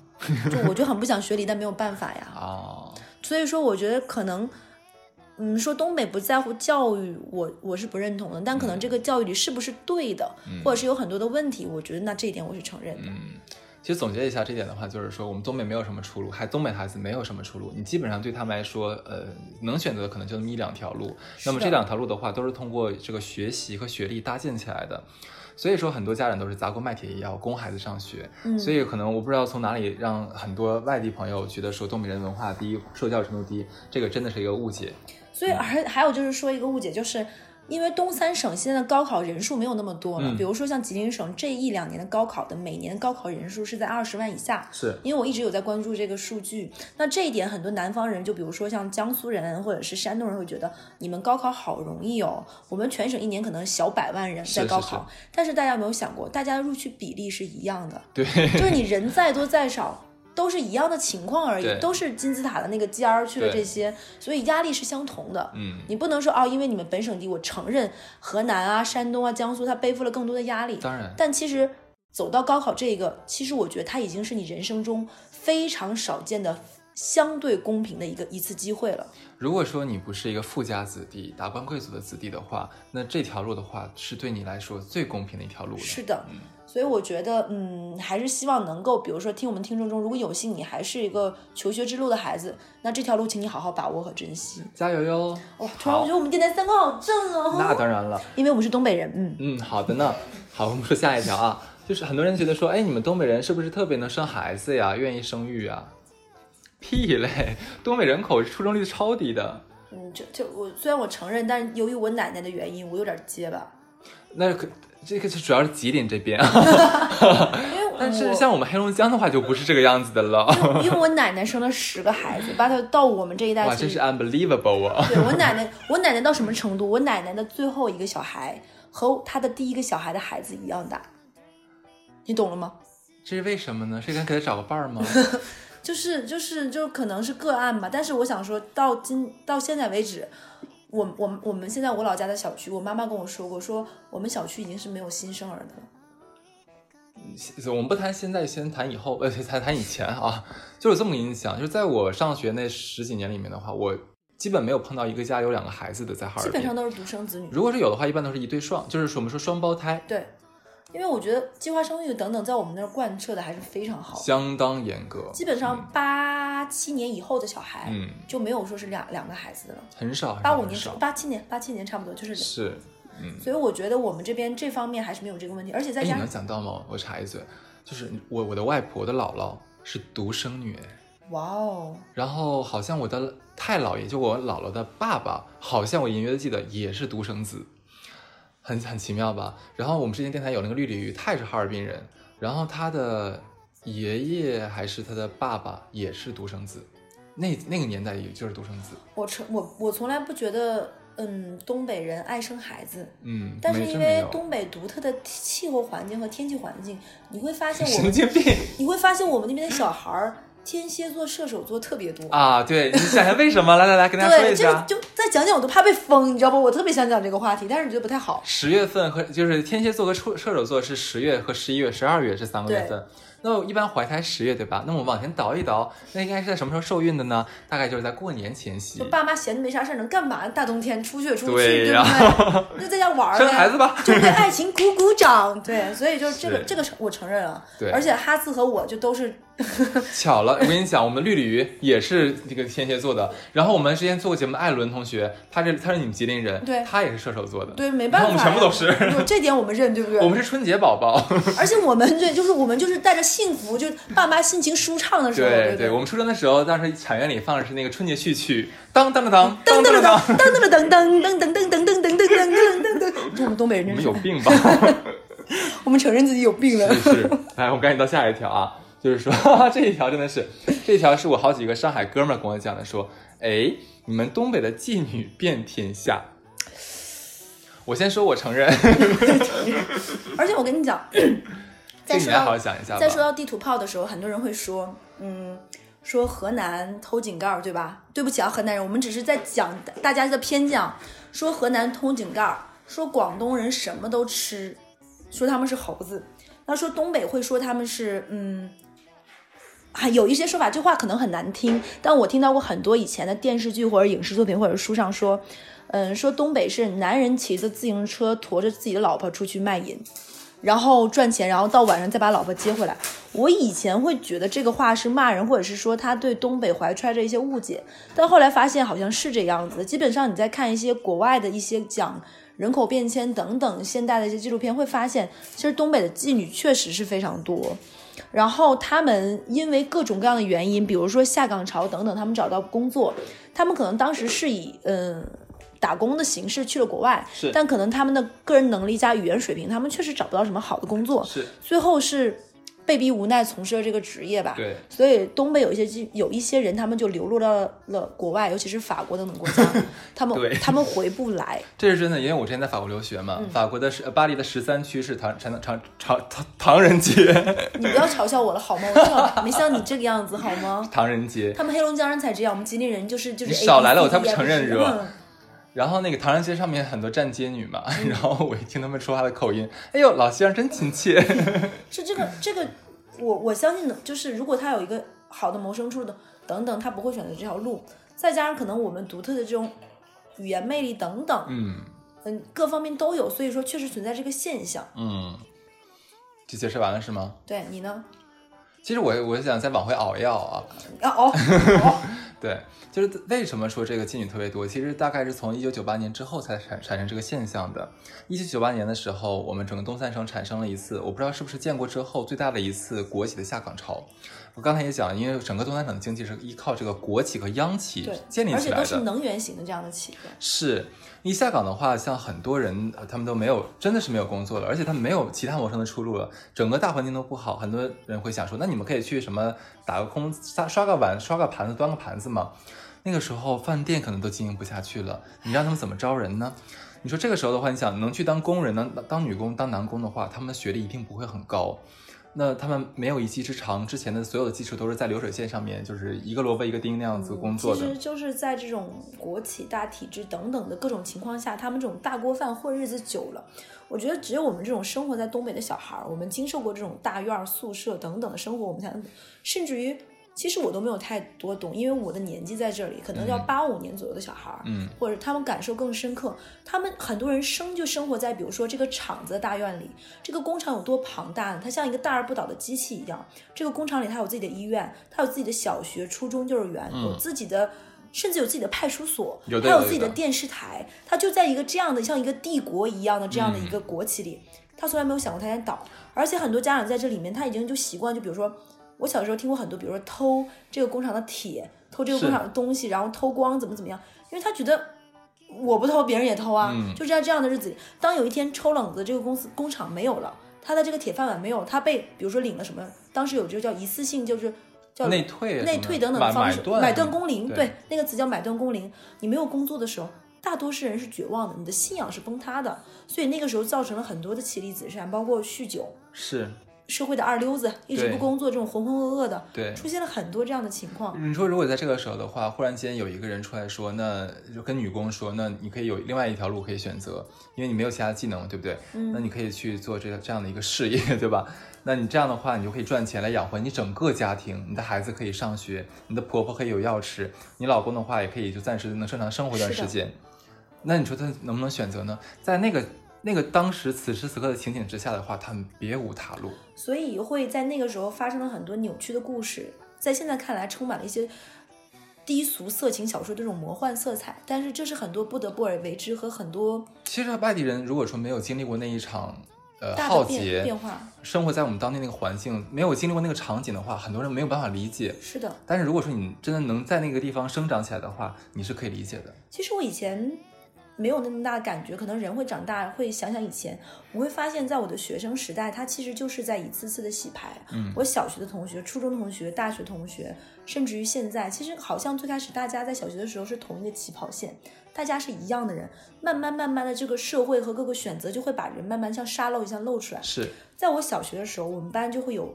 [SPEAKER 3] 就我就很不想学理，但没有办法呀。
[SPEAKER 2] 啊、
[SPEAKER 3] 所以说，我觉得可能。嗯，说东北不在乎教育，我我是不认同的。但可能这个教育里是不是对的，或者是有很多的问题，我觉得那这一点我是承认的。
[SPEAKER 2] 嗯，其实总结一下这点的话，就是说我们东北没有什么出路，还东北孩子没有什么出路。你基本上对他们来说，呃，能选择的可能就那么一两条路。那么
[SPEAKER 3] 是
[SPEAKER 2] 这两条路的话，都是通过这个学习和学历搭建起来的。所以说，很多家长都是砸锅卖铁也要供孩子上学。
[SPEAKER 3] 嗯
[SPEAKER 2] 所以可能我不知道从哪里让很多外地朋友觉得说东北人文化低、受教育程度低，这个真的是一个误解。
[SPEAKER 3] 所
[SPEAKER 2] 嗯
[SPEAKER 3] 以而还有就是说一个误解，就是因为东三省现在的高考人数没有那么多了，
[SPEAKER 2] 嗯
[SPEAKER 3] 比如说像吉林省这一两年的高考的每年高考人数是在二十万以下。
[SPEAKER 2] 是，
[SPEAKER 3] 因为我一直有在关注这个数据，那这一点很多南方人，就比如说像江苏人或者是山东人，会觉得你们高考好容易哦，我们全省一年可能小百万人在
[SPEAKER 2] 是
[SPEAKER 3] 高
[SPEAKER 2] 是
[SPEAKER 3] 考，但是大家有没有想过，大家的录取比例是一样的，
[SPEAKER 2] 对，
[SPEAKER 3] 就是你人再多再少，都是一样的情况而已
[SPEAKER 2] 对，
[SPEAKER 3] 都是金字塔的那个尖儿去了
[SPEAKER 2] 对
[SPEAKER 3] 这些，所以压力是相同的。
[SPEAKER 2] 嗯，
[SPEAKER 3] 你不能说哦，因为你们本省地，我承认河南啊、山东啊、江苏，它背负了更多的压力。
[SPEAKER 2] 当然，
[SPEAKER 3] 但其实走到高考这一个，其实我觉得它已经是你人生中非常少见的相对公平的一个一次机会了。
[SPEAKER 2] 如果说你不是一个富家子弟、达官贵族的子弟的话，那这条路的话是对你来说最公平的一条路了。
[SPEAKER 3] 是的，所以我觉得，嗯，还是希望能够，比如说听我们听众中，如果有幸你还是一个求学之路的孩子，那这条路请你好好把握和珍惜。
[SPEAKER 2] 加油哟！
[SPEAKER 3] 哇，突然
[SPEAKER 2] 好
[SPEAKER 3] 我觉得我们电台三观好正哦。
[SPEAKER 2] 那当然了，
[SPEAKER 3] 因为我们是东北人，嗯，
[SPEAKER 2] 嗯，好的呢。好，我们说下一条 啊，就是很多人觉得说，哎，你们东北人是不是特别能生孩子呀，愿意生育啊？屁嘞！ 东北人口出生率超低的，
[SPEAKER 3] 嗯，就就我虽然我承认，但由于我奶奶的原因，我有点结巴，
[SPEAKER 2] 那可这个是主要是吉林这边，
[SPEAKER 3] 因为我
[SPEAKER 2] 但是像我们黑龙江的话就不是这个样子的了。
[SPEAKER 3] 因为我奶奶生了十个孩子，把她到我们这一代
[SPEAKER 2] 哇，
[SPEAKER 3] 其
[SPEAKER 2] 真是
[SPEAKER 3] 实
[SPEAKER 2] unbelievable 啊！
[SPEAKER 3] 对我奶奶，我奶奶到什么程度？我奶奶的最后一个小孩和她的第一个小孩的孩子一样大，你懂了吗？
[SPEAKER 2] 这是为什么呢？是想给他找个伴儿吗？
[SPEAKER 3] 就是就是就可能是个案吧，但是我想说到今到现在为止，我我我们现在我老家的小区，我妈妈跟我说过，说我们小区已经是没有新生儿的了。
[SPEAKER 2] 我们不谈现在，先谈以后，呃，谈谈以前啊，就是这么跟你讲，就是在我上学那十几年里面的话，我基本没有碰到一个家有两个孩子的，在哈
[SPEAKER 3] 基
[SPEAKER 2] 尔
[SPEAKER 3] 本
[SPEAKER 2] 滨
[SPEAKER 3] 上。都是独生子女。
[SPEAKER 2] 如果是有的话，一般都是一对双，就是我们说双胞胎，
[SPEAKER 3] 对，因为我觉得计划生育等等，在我们那儿贯彻的还是非常好，
[SPEAKER 2] 相当严格，
[SPEAKER 3] 基本上八七年以后的小孩，
[SPEAKER 2] 嗯，
[SPEAKER 3] 就没有说是两两个孩子的了。
[SPEAKER 2] 很少，很
[SPEAKER 3] 八
[SPEAKER 2] 少
[SPEAKER 3] 五
[SPEAKER 2] 很
[SPEAKER 3] 年、
[SPEAKER 2] 少，
[SPEAKER 3] 八七年、八七年差不多就是两，
[SPEAKER 2] 是，嗯，
[SPEAKER 3] 所以我觉得我们这边这方面还是没有这个问题，而且
[SPEAKER 2] 哎，
[SPEAKER 3] 再
[SPEAKER 2] 你
[SPEAKER 3] 加
[SPEAKER 2] 能
[SPEAKER 3] 上
[SPEAKER 2] 想到吗？我插一嘴，就是我我的外婆，我的姥姥是独生女，哎
[SPEAKER 3] 哇哦，
[SPEAKER 2] 然后好像我的太姥爷，就我姥姥的爸爸，好像我隐约的记得也是独生子，很很奇妙吧？然后我们之前电台有那个绿鲤鱼，他也是哈尔滨人，然后他的爷爷还是他的爸爸也是独生子，那那个年代也就是独生子，
[SPEAKER 3] 我从我我从来不觉得，嗯，东北人爱生孩子。
[SPEAKER 2] 嗯，
[SPEAKER 3] 但是
[SPEAKER 2] 没
[SPEAKER 3] 因
[SPEAKER 2] 真没
[SPEAKER 3] 为
[SPEAKER 2] 有，
[SPEAKER 3] 东北独特的气候环境和天气环境，你会 发现我
[SPEAKER 2] 神
[SPEAKER 3] 们
[SPEAKER 2] 经病
[SPEAKER 3] 你会发现我们那边的小孩儿，天蝎座、射手座特别多
[SPEAKER 2] 啊！对，你想想为什么？来来来，跟大家说
[SPEAKER 3] 对，
[SPEAKER 2] 一
[SPEAKER 3] 这
[SPEAKER 2] 下
[SPEAKER 3] 个。就再讲讲，我都怕被封，你知道吗？我特别想讲这个话题，但是我觉得不太好。
[SPEAKER 2] 十月份和就是天蝎座和射射手座是十月和十一月、十二月这三个月份。那我一般怀胎十月对吧？那我们往前倒一倒，那应该是在什么时候受孕的呢？大概就是在过年前夕
[SPEAKER 3] 就。爸妈闲着没啥事儿，能干嘛？大冬天出去也出不去，
[SPEAKER 2] 对
[SPEAKER 3] 对
[SPEAKER 2] 呀
[SPEAKER 3] 不 对？就在家玩儿呗，
[SPEAKER 2] 生孩子吧
[SPEAKER 3] 就为爱情鼓 鼓掌。对，所以就是这个
[SPEAKER 2] 是
[SPEAKER 3] 这个我承认了。
[SPEAKER 2] 对
[SPEAKER 3] 而且哈斯和我就都是
[SPEAKER 2] 巧了，我跟你讲，我们绿鲤鱼也是这个天蝎座的。然后我们之前做过节目的艾伦同学，他是他是你们吉林人，
[SPEAKER 3] 对
[SPEAKER 2] 他也是射手座的。
[SPEAKER 3] 对，没办法呀，
[SPEAKER 2] 你看我们全部都是。
[SPEAKER 3] 就 这点我们认，对不对？
[SPEAKER 2] 我们是春节宝宝，
[SPEAKER 3] 而且我们对，就是我们就是带着幸福，就爸妈心情舒畅的时候，
[SPEAKER 2] 对
[SPEAKER 3] 对
[SPEAKER 2] 对，我们出生的时候，当时产院里放的是那个春节序曲，当当当当
[SPEAKER 3] 噔
[SPEAKER 2] 当
[SPEAKER 3] 噔
[SPEAKER 2] 当
[SPEAKER 3] 噔
[SPEAKER 2] 当，
[SPEAKER 3] 噔噔噔噔噔噔噔噔噔噔噔噔噔噔，我们东北人
[SPEAKER 2] 你
[SPEAKER 3] 真
[SPEAKER 2] 们
[SPEAKER 3] 是
[SPEAKER 2] 有，病吧？
[SPEAKER 3] 我们承认自己有病了。
[SPEAKER 2] 是是，来，我们赶紧到下一条啊，就是说 这一条真的是，这一条是我好几个上海哥们儿跟我讲的，说，哎，你们东北的妓女遍天下。我先说，我承认，
[SPEAKER 3] 而且我跟你讲，
[SPEAKER 2] 这
[SPEAKER 3] 再
[SPEAKER 2] 你
[SPEAKER 3] 说
[SPEAKER 2] 来好
[SPEAKER 3] 到
[SPEAKER 2] 好想一下吧。
[SPEAKER 3] 再说到地图炮的时候，很多人会说，嗯，说河南偷井盖儿，对吧？对不起啊，河南人，我们只是在讲大家的偏见，啊说河南偷井盖儿，说广东人什么都吃，说他们是猴子，那说东北会说他们是嗯。还有一些说法，这话可能很难听，但我听到过很多以前的电视剧或者影视作品或者书上说，嗯，说东北是男人骑着自行车驮着自己的老婆出去卖淫，然后赚钱，然后到晚上再把老婆接回来。我以前会觉得这个话是骂人，或者是说他对东北怀揣着一些误解，但后来发现好像是这样子。基本上你在看一些国外的一些讲人口变迁等等现代的一些纪录片，会发现其实东北的妓女确实是非常多。然后他们因为各种各样的原因，比如说下岗潮等等，他们找到工作，他们可能当时是以嗯打工的形式去了国外
[SPEAKER 2] 是，
[SPEAKER 3] 但可能他们的个人能力加语言水平，他们确实找不到什么好的工作，
[SPEAKER 2] 是
[SPEAKER 3] 最后是被逼无奈从事了这个职业吧。
[SPEAKER 2] 对，
[SPEAKER 3] 所以东北有一些基有一些人，他们就流落到了了国外，尤其是法国等等国 家，他
[SPEAKER 2] 对
[SPEAKER 3] 们他们回不来。
[SPEAKER 2] 这是真的，因为我之前在法国留学
[SPEAKER 3] 嗯
[SPEAKER 2] 嘛，法国的十呃巴黎的十三区是唐唐唐唐唐唐人街，
[SPEAKER 3] 你不要嘲笑我了好吗？我从小没像你这个样子好吗？
[SPEAKER 2] 唐人街。
[SPEAKER 3] 他们黑龙江人才这样，我们吉林人就是就是
[SPEAKER 2] 你少来了
[SPEAKER 3] ABCD
[SPEAKER 2] 我才不承认
[SPEAKER 3] 也
[SPEAKER 2] 是
[SPEAKER 3] 不
[SPEAKER 2] 吧
[SPEAKER 3] 嗯
[SPEAKER 2] 然后那个唐人街上面很多站街女嘛， 然后我一听他们说话的口音，哎呦，老先生真亲切。
[SPEAKER 3] 是这个这个，我我相信的，就是如果他有一个好的谋生处的等等，他不会选择这条路。再加上可能我们独特的这种语言魅力等等，
[SPEAKER 2] 嗯
[SPEAKER 3] 嗯，各方面都有，所以说确实存在这个现象。
[SPEAKER 2] 嗯，这解释完了是吗？
[SPEAKER 3] 对你呢？
[SPEAKER 2] 嗯其实我我想再往回熬一熬啊，
[SPEAKER 3] 啊哦，哦
[SPEAKER 2] 对，就是为什么说这个妓女特别多？其实大概是从一九九八年之后才产产生这个现象的。一九九八年的时候，我们整个东三省产生了一次，我不知道是不是建国之后最大的一次国企的下岗潮。我刚才也讲，因为整个东三省的经济是依靠这个国企和央 企
[SPEAKER 3] 对，
[SPEAKER 2] 建立
[SPEAKER 3] 而
[SPEAKER 2] 起
[SPEAKER 3] 且
[SPEAKER 2] 来
[SPEAKER 3] 都是
[SPEAKER 2] 的。
[SPEAKER 3] 能源型的这样的企业，
[SPEAKER 2] 是一下岗的话，像很多人呃他们都没有，真的是没有工作了，而且他们没有其他谋生的出路了，整个大环境都不好，很多人会想说，那你们可以去什么打个工、刷刷个碗、刷个盘子、端个盘子嘛。那个时候饭店可能都经营不下去了，你让他们怎么招人呢？你说这个时候的话，你想能去当工人呢，当女工、当男工的话，他们的学历一定不会很高。那他们没有一技之长，之前的所有的技术都是在流水线上面，就是一个萝卜一个钉那样子工作的。
[SPEAKER 3] 嗯其实就是在这种国企大体制等等的各种情况下，他们这种大锅饭混日子久了，我觉得只有我们这种生活在东北的小孩儿，我们经受过这种大院儿、宿舍等等的生活，我们才能，甚至于。其实我都没有太多懂，因为我的年纪在这里，可能要
[SPEAKER 2] 嗯
[SPEAKER 3] 八五年左右的小孩儿，
[SPEAKER 2] 嗯，
[SPEAKER 3] 或者他们感受更深刻。他们很多人生就生活在，比如说这个厂子的大院里，这个工厂有多庞大呢？它像一个大而不倒的机器一样。这个工厂里它有自己的医院，它有自己的小学、初中、幼儿园，有自己的。甚至有自己的派出所，
[SPEAKER 2] 嗯有的
[SPEAKER 3] 还有
[SPEAKER 2] 有
[SPEAKER 3] 自己
[SPEAKER 2] 的
[SPEAKER 3] 的电视台，它就在一个这样的像一个帝国一样的这样的一
[SPEAKER 2] 嗯
[SPEAKER 3] 个国企里，他从来没有想过他在倒，而且很多家长在这里面他已经就习惯，就比如说我小时候听过很多，比如说偷这个工厂的铁，偷这个
[SPEAKER 2] 是
[SPEAKER 3] 工厂的东西，然后偷光怎么怎么样，因为他觉得我不偷别人也偷啊，
[SPEAKER 2] 嗯
[SPEAKER 3] 就是在这样的日子里，当有一天抽冷子这个公司工厂没有了，他的这个铁饭碗没有，他被比如说领了什么，当时有这个叫一次性就是。叫
[SPEAKER 2] 内退啊
[SPEAKER 3] 内
[SPEAKER 2] 什么
[SPEAKER 3] 退等等
[SPEAKER 2] 买
[SPEAKER 3] 的方式
[SPEAKER 2] 买，断啊
[SPEAKER 3] 买断工龄，
[SPEAKER 2] 对
[SPEAKER 3] 对，那个词叫买断工龄。你没有工作的时候，大多数人是绝望的，你的信仰是崩塌的，所以那个时候造成了很多的妻离子散，包括酗酒、
[SPEAKER 2] 是，
[SPEAKER 3] 社会的二流子，一直
[SPEAKER 2] 对
[SPEAKER 3] 不工作这种浑浑噩噩的，
[SPEAKER 2] 对
[SPEAKER 3] 出现了很多这样的情况。
[SPEAKER 2] 嗯你说如果在这个时候的话，忽然间有一个人出来说，那就跟女工说，那你可以有另外一条路可以选择，因为你没有其他技能，对不对？嗯，那你可以去做这这样的一个事业， 对吧？那你这样的话，你就可以赚钱来养活你整个家庭，你的孩子可以上学，你的婆婆可以有药吃，你老公的话也可以就暂时能正常生活一段
[SPEAKER 3] 是
[SPEAKER 2] 时
[SPEAKER 3] 的
[SPEAKER 2] 间。那你说他能不能选择呢？在那个那个当时此时此刻的情景之下的话，他们别无他路。
[SPEAKER 3] 所以会在那个时候发生了很多扭曲的故事，在现在看来充满了一些低俗色情小说这种魔幻色彩，但是这是很多不得不而为之和很多
[SPEAKER 2] 其实外地人如果说没有经历过那一场呃
[SPEAKER 3] 大
[SPEAKER 2] 浩
[SPEAKER 3] 的变
[SPEAKER 2] 劫
[SPEAKER 3] 变化。
[SPEAKER 2] 生活在我们当地那个环境，没有经历过那个场景的话，很多人没有办法理解。
[SPEAKER 3] 是的，
[SPEAKER 2] 但是如果说你真的能在那个地方生长起来的话，你是可以理解的。
[SPEAKER 3] 其实我以前没有那么大的感觉，可能人会长大，会想想以前，我会发现，在我的学生时代，他其实就是在一次次的洗牌。啊
[SPEAKER 2] 嗯
[SPEAKER 3] 我小学的同学、初中同学、大学同学，甚至于现在，其实好像最开始大家在小学的时候是同一个起跑线，大家是一样的人。慢慢慢慢的，这个社会和各个选择就会把人慢慢像沙漏一样露出来。
[SPEAKER 2] 是，
[SPEAKER 3] 在我小学的时候，我们班就会有，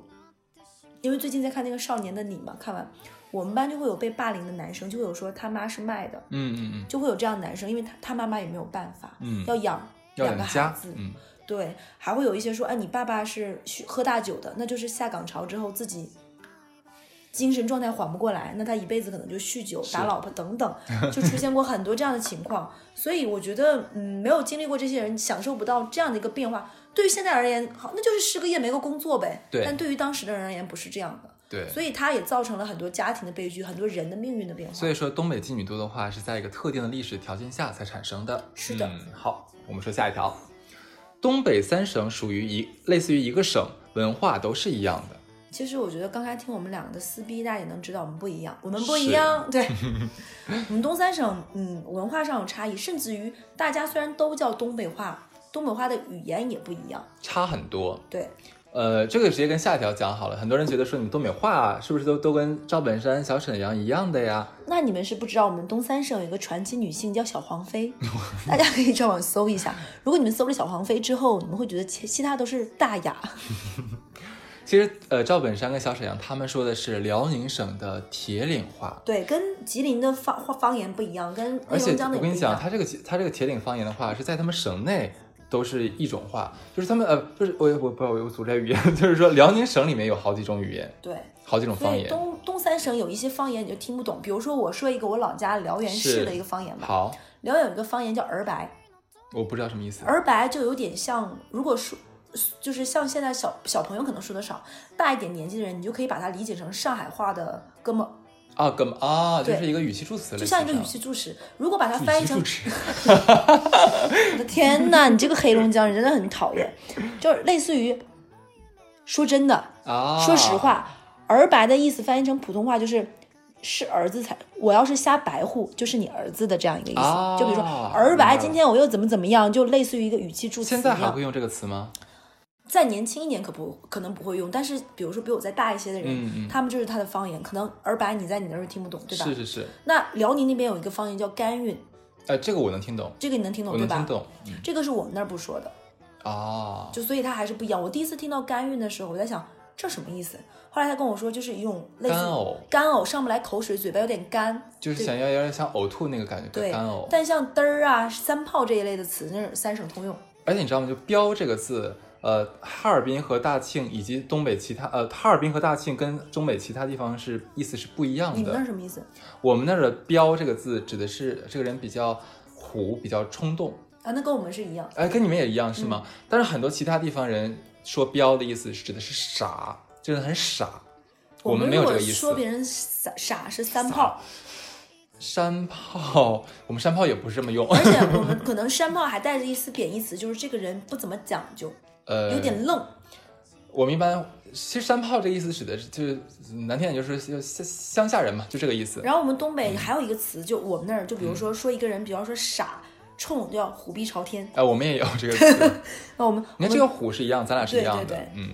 [SPEAKER 3] 因为最近在看那个《少年的你》嘛，看完我们班就会有被霸凌的男生，就会有说他妈是卖的，
[SPEAKER 2] 嗯嗯嗯，
[SPEAKER 3] 就会有这样的男生，因为他他妈妈也没有办法，
[SPEAKER 2] 嗯
[SPEAKER 3] 要养
[SPEAKER 2] 要
[SPEAKER 3] 两个
[SPEAKER 2] 人
[SPEAKER 3] 孩
[SPEAKER 2] 家
[SPEAKER 3] 子，，
[SPEAKER 2] 嗯，
[SPEAKER 3] 对，还会有一些说，哎，你爸爸是酗喝大酒的，那就是下岗潮之后自己精神状态缓不过来，那他一辈子可能就酗酒、打
[SPEAKER 2] 是
[SPEAKER 3] 老婆 等等，就出现过很多这样的情况。所以我觉得，嗯，没有经历过这些人享受不到这样的一个变化。对于现在而言，好，那就是失个业没个工作呗。
[SPEAKER 2] 对
[SPEAKER 3] 但对于当时的人而言，不是这样的。
[SPEAKER 2] 对，
[SPEAKER 3] 所以它也造成了很多家庭的悲剧，很多人的命运的变化。
[SPEAKER 2] 所以说东北妓女多的话是在一个特定的历史条件下才产生的。
[SPEAKER 3] 是的
[SPEAKER 2] 嗯，好，我们说下一条，东北三省属于一类似于一个省，文化都是一样的。
[SPEAKER 3] 其实我觉得刚才听我们两个的撕逼，大家也能知道我们不一样，我们不一
[SPEAKER 2] 啊
[SPEAKER 3] 样。 对，我们东三省，嗯，文化上有差异，甚至于大家虽然都叫东北话，东北话的语言也不一样。
[SPEAKER 2] 差很多，
[SPEAKER 3] 对，
[SPEAKER 2] 呃，这个直接跟下一条讲好了。很多人觉得说你东北话啊是不是都都跟赵本山、小沈阳一样的呀？
[SPEAKER 3] 那你们是不知道，我们东三省有一个传奇女性叫小 黄飞，大家可以上网搜一下。如果你们搜了小黄飞之后，你们会觉得其其他都是大雅。
[SPEAKER 2] 其实，呃，赵本山跟小沈阳他们说的是辽宁省的铁岭话，
[SPEAKER 3] 对，跟吉林的方方方言不一样，跟
[SPEAKER 2] 而
[SPEAKER 3] 黑
[SPEAKER 2] 且
[SPEAKER 3] 哎龙江的
[SPEAKER 2] 我
[SPEAKER 3] 也不
[SPEAKER 2] 跟你
[SPEAKER 3] 一
[SPEAKER 2] 讲，
[SPEAKER 3] 样。
[SPEAKER 2] 他这个他这个铁岭方言的话，是在他们省内都是一种话，就是他们呃，就是我我不我我组这语言， 就是说辽宁省里面有好几种语言，
[SPEAKER 3] 对，
[SPEAKER 2] 好几种
[SPEAKER 3] 所
[SPEAKER 2] 方
[SPEAKER 3] 以
[SPEAKER 2] 言。
[SPEAKER 3] 东东三省有一些方言你就听不懂，比如说我说一个我老家辽源市
[SPEAKER 2] 是
[SPEAKER 3] 的一个方言吧，
[SPEAKER 2] 好，
[SPEAKER 3] 辽源有一个方言叫儿白，
[SPEAKER 2] 我不知道什么意思。
[SPEAKER 3] 儿白就有点像，如果说就是像现在小小朋友可能说的少，大一点年纪的人，你就可以把它理解成上海话的“哥们儿
[SPEAKER 2] 啊，哥们啊，就
[SPEAKER 3] 对
[SPEAKER 2] 是一个语气助词”，类
[SPEAKER 3] 就
[SPEAKER 2] 似
[SPEAKER 3] 像
[SPEAKER 2] 上，
[SPEAKER 3] 一个语气助词。如果把它翻
[SPEAKER 2] 语
[SPEAKER 3] 译
[SPEAKER 2] 气
[SPEAKER 3] 成
[SPEAKER 2] 助 词，
[SPEAKER 3] 我的天呐，你这个黑龙江人真的很讨厌，就是类似于，说真的，
[SPEAKER 2] 啊，
[SPEAKER 3] 说实，话，儿白的意思翻译成普通话就是是儿子才，我要是瞎白户，就是你儿子的这样一个意思。
[SPEAKER 2] 啊
[SPEAKER 3] 就比如说儿白，
[SPEAKER 2] 明白了
[SPEAKER 3] 今天我又怎么怎么样，就类似于一个语气助词
[SPEAKER 2] 现
[SPEAKER 3] 一
[SPEAKER 2] 在还会
[SPEAKER 3] 样。
[SPEAKER 2] 用这个词吗？
[SPEAKER 3] 再年轻一点可不可能不会用，但是比如说比我再大一些的人，
[SPEAKER 2] 嗯嗯
[SPEAKER 3] 他们就是他的方言，可能儿白你在你那儿听不懂，对吧？
[SPEAKER 2] 是是是，
[SPEAKER 3] 那辽宁那边有一个方言叫甘韵，
[SPEAKER 2] 呃，这个我能听懂，
[SPEAKER 3] 这个你能听懂
[SPEAKER 2] 我
[SPEAKER 3] 对
[SPEAKER 2] 能
[SPEAKER 3] 吧？
[SPEAKER 2] 听懂
[SPEAKER 3] 这个是我们那儿不说的。
[SPEAKER 2] 啊，
[SPEAKER 3] 就所以它还是不一样。我第一次听到干韵的时候，我在想这什么意思？后来他跟我说，就是一种类似于
[SPEAKER 2] 干呕
[SPEAKER 3] 干呕上不来口水，嘴巴有点干，
[SPEAKER 2] 就是想要有点像呕吐那个感觉，
[SPEAKER 3] 对。
[SPEAKER 2] 干呕。
[SPEAKER 3] 但像嘚儿啊、三炮这一类的词，那是三省通用。
[SPEAKER 2] 而且你知道吗？就“标”这个字，呃，哈尔滨和大庆以及东北其他，呃，哈尔滨和大庆跟东北其他地方是意思是不一样
[SPEAKER 3] 你们那
[SPEAKER 2] 的
[SPEAKER 3] 是。什么意思
[SPEAKER 2] 我们那儿的“标”这个字指的是这个人比较虎，比较冲动，
[SPEAKER 3] 啊？那跟我们是一样。
[SPEAKER 2] 哎，跟你们也一样是
[SPEAKER 3] 嗯
[SPEAKER 2] 吗？但是很多其他地方人说“标”的意思是指的是傻，这个人很傻。我们
[SPEAKER 3] 们
[SPEAKER 2] 没有
[SPEAKER 3] 如果
[SPEAKER 2] 这个意
[SPEAKER 3] 说
[SPEAKER 2] 思。
[SPEAKER 3] 别人傻傻是三炮，
[SPEAKER 2] 山炮，我们山炮也不是这么用，
[SPEAKER 3] 而且我们可能山炮还带着一丝贬义词，就是这个人不怎么讲究，
[SPEAKER 2] 呃，
[SPEAKER 3] 有点愣。
[SPEAKER 2] 我们一般其实“山炮”这个意思指的是就是难听点就是乡乡下人嘛，就这个意思。
[SPEAKER 3] 然后我们东
[SPEAKER 2] 嗯
[SPEAKER 3] 北还有一个词，就我们那儿，就比如说说一个人，比方说傻冲，叫虎逼朝天。
[SPEAKER 2] 哎，我们也有这个词。
[SPEAKER 3] 那我们
[SPEAKER 2] 你看这个虎是一样，咱俩是一样的。
[SPEAKER 3] 对对对
[SPEAKER 2] 嗯，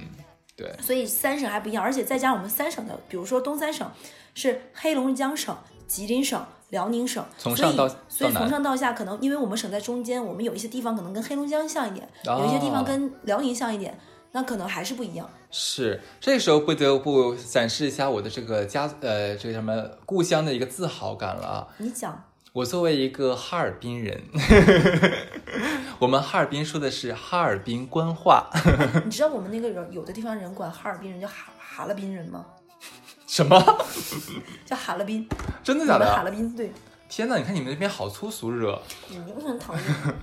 [SPEAKER 2] 对，
[SPEAKER 3] 所以三省还不一样，而且再加上我们三省的，比如说东三省是黑龙江省、吉林省、辽宁省，
[SPEAKER 2] 从上到
[SPEAKER 3] 所以所以
[SPEAKER 2] 到南
[SPEAKER 3] 从上到下，可能因为我们省在中间，我们有一些地方可能跟黑龙江像一点，
[SPEAKER 2] 哦
[SPEAKER 3] 有一些地方跟辽宁像一点，那可能还是不一样。
[SPEAKER 2] 是。这个时候不得不展示一下我的这个家，呃，这个什么故乡的一个自豪感了啊！
[SPEAKER 3] 你讲
[SPEAKER 2] 我作为一个哈尔滨人， 我们哈尔滨说的是哈尔滨官话，
[SPEAKER 3] 你知道我们那个人有的地方人管哈尔滨人叫哈哈尔滨人吗？
[SPEAKER 2] 什么？
[SPEAKER 3] 叫哈尔滨，
[SPEAKER 2] 真的
[SPEAKER 3] 你
[SPEAKER 2] 假
[SPEAKER 3] 们哈
[SPEAKER 2] 的？
[SPEAKER 3] 尔滨对，
[SPEAKER 2] 天哪！你看你们那边好粗俗热。
[SPEAKER 3] 你们很讨厌。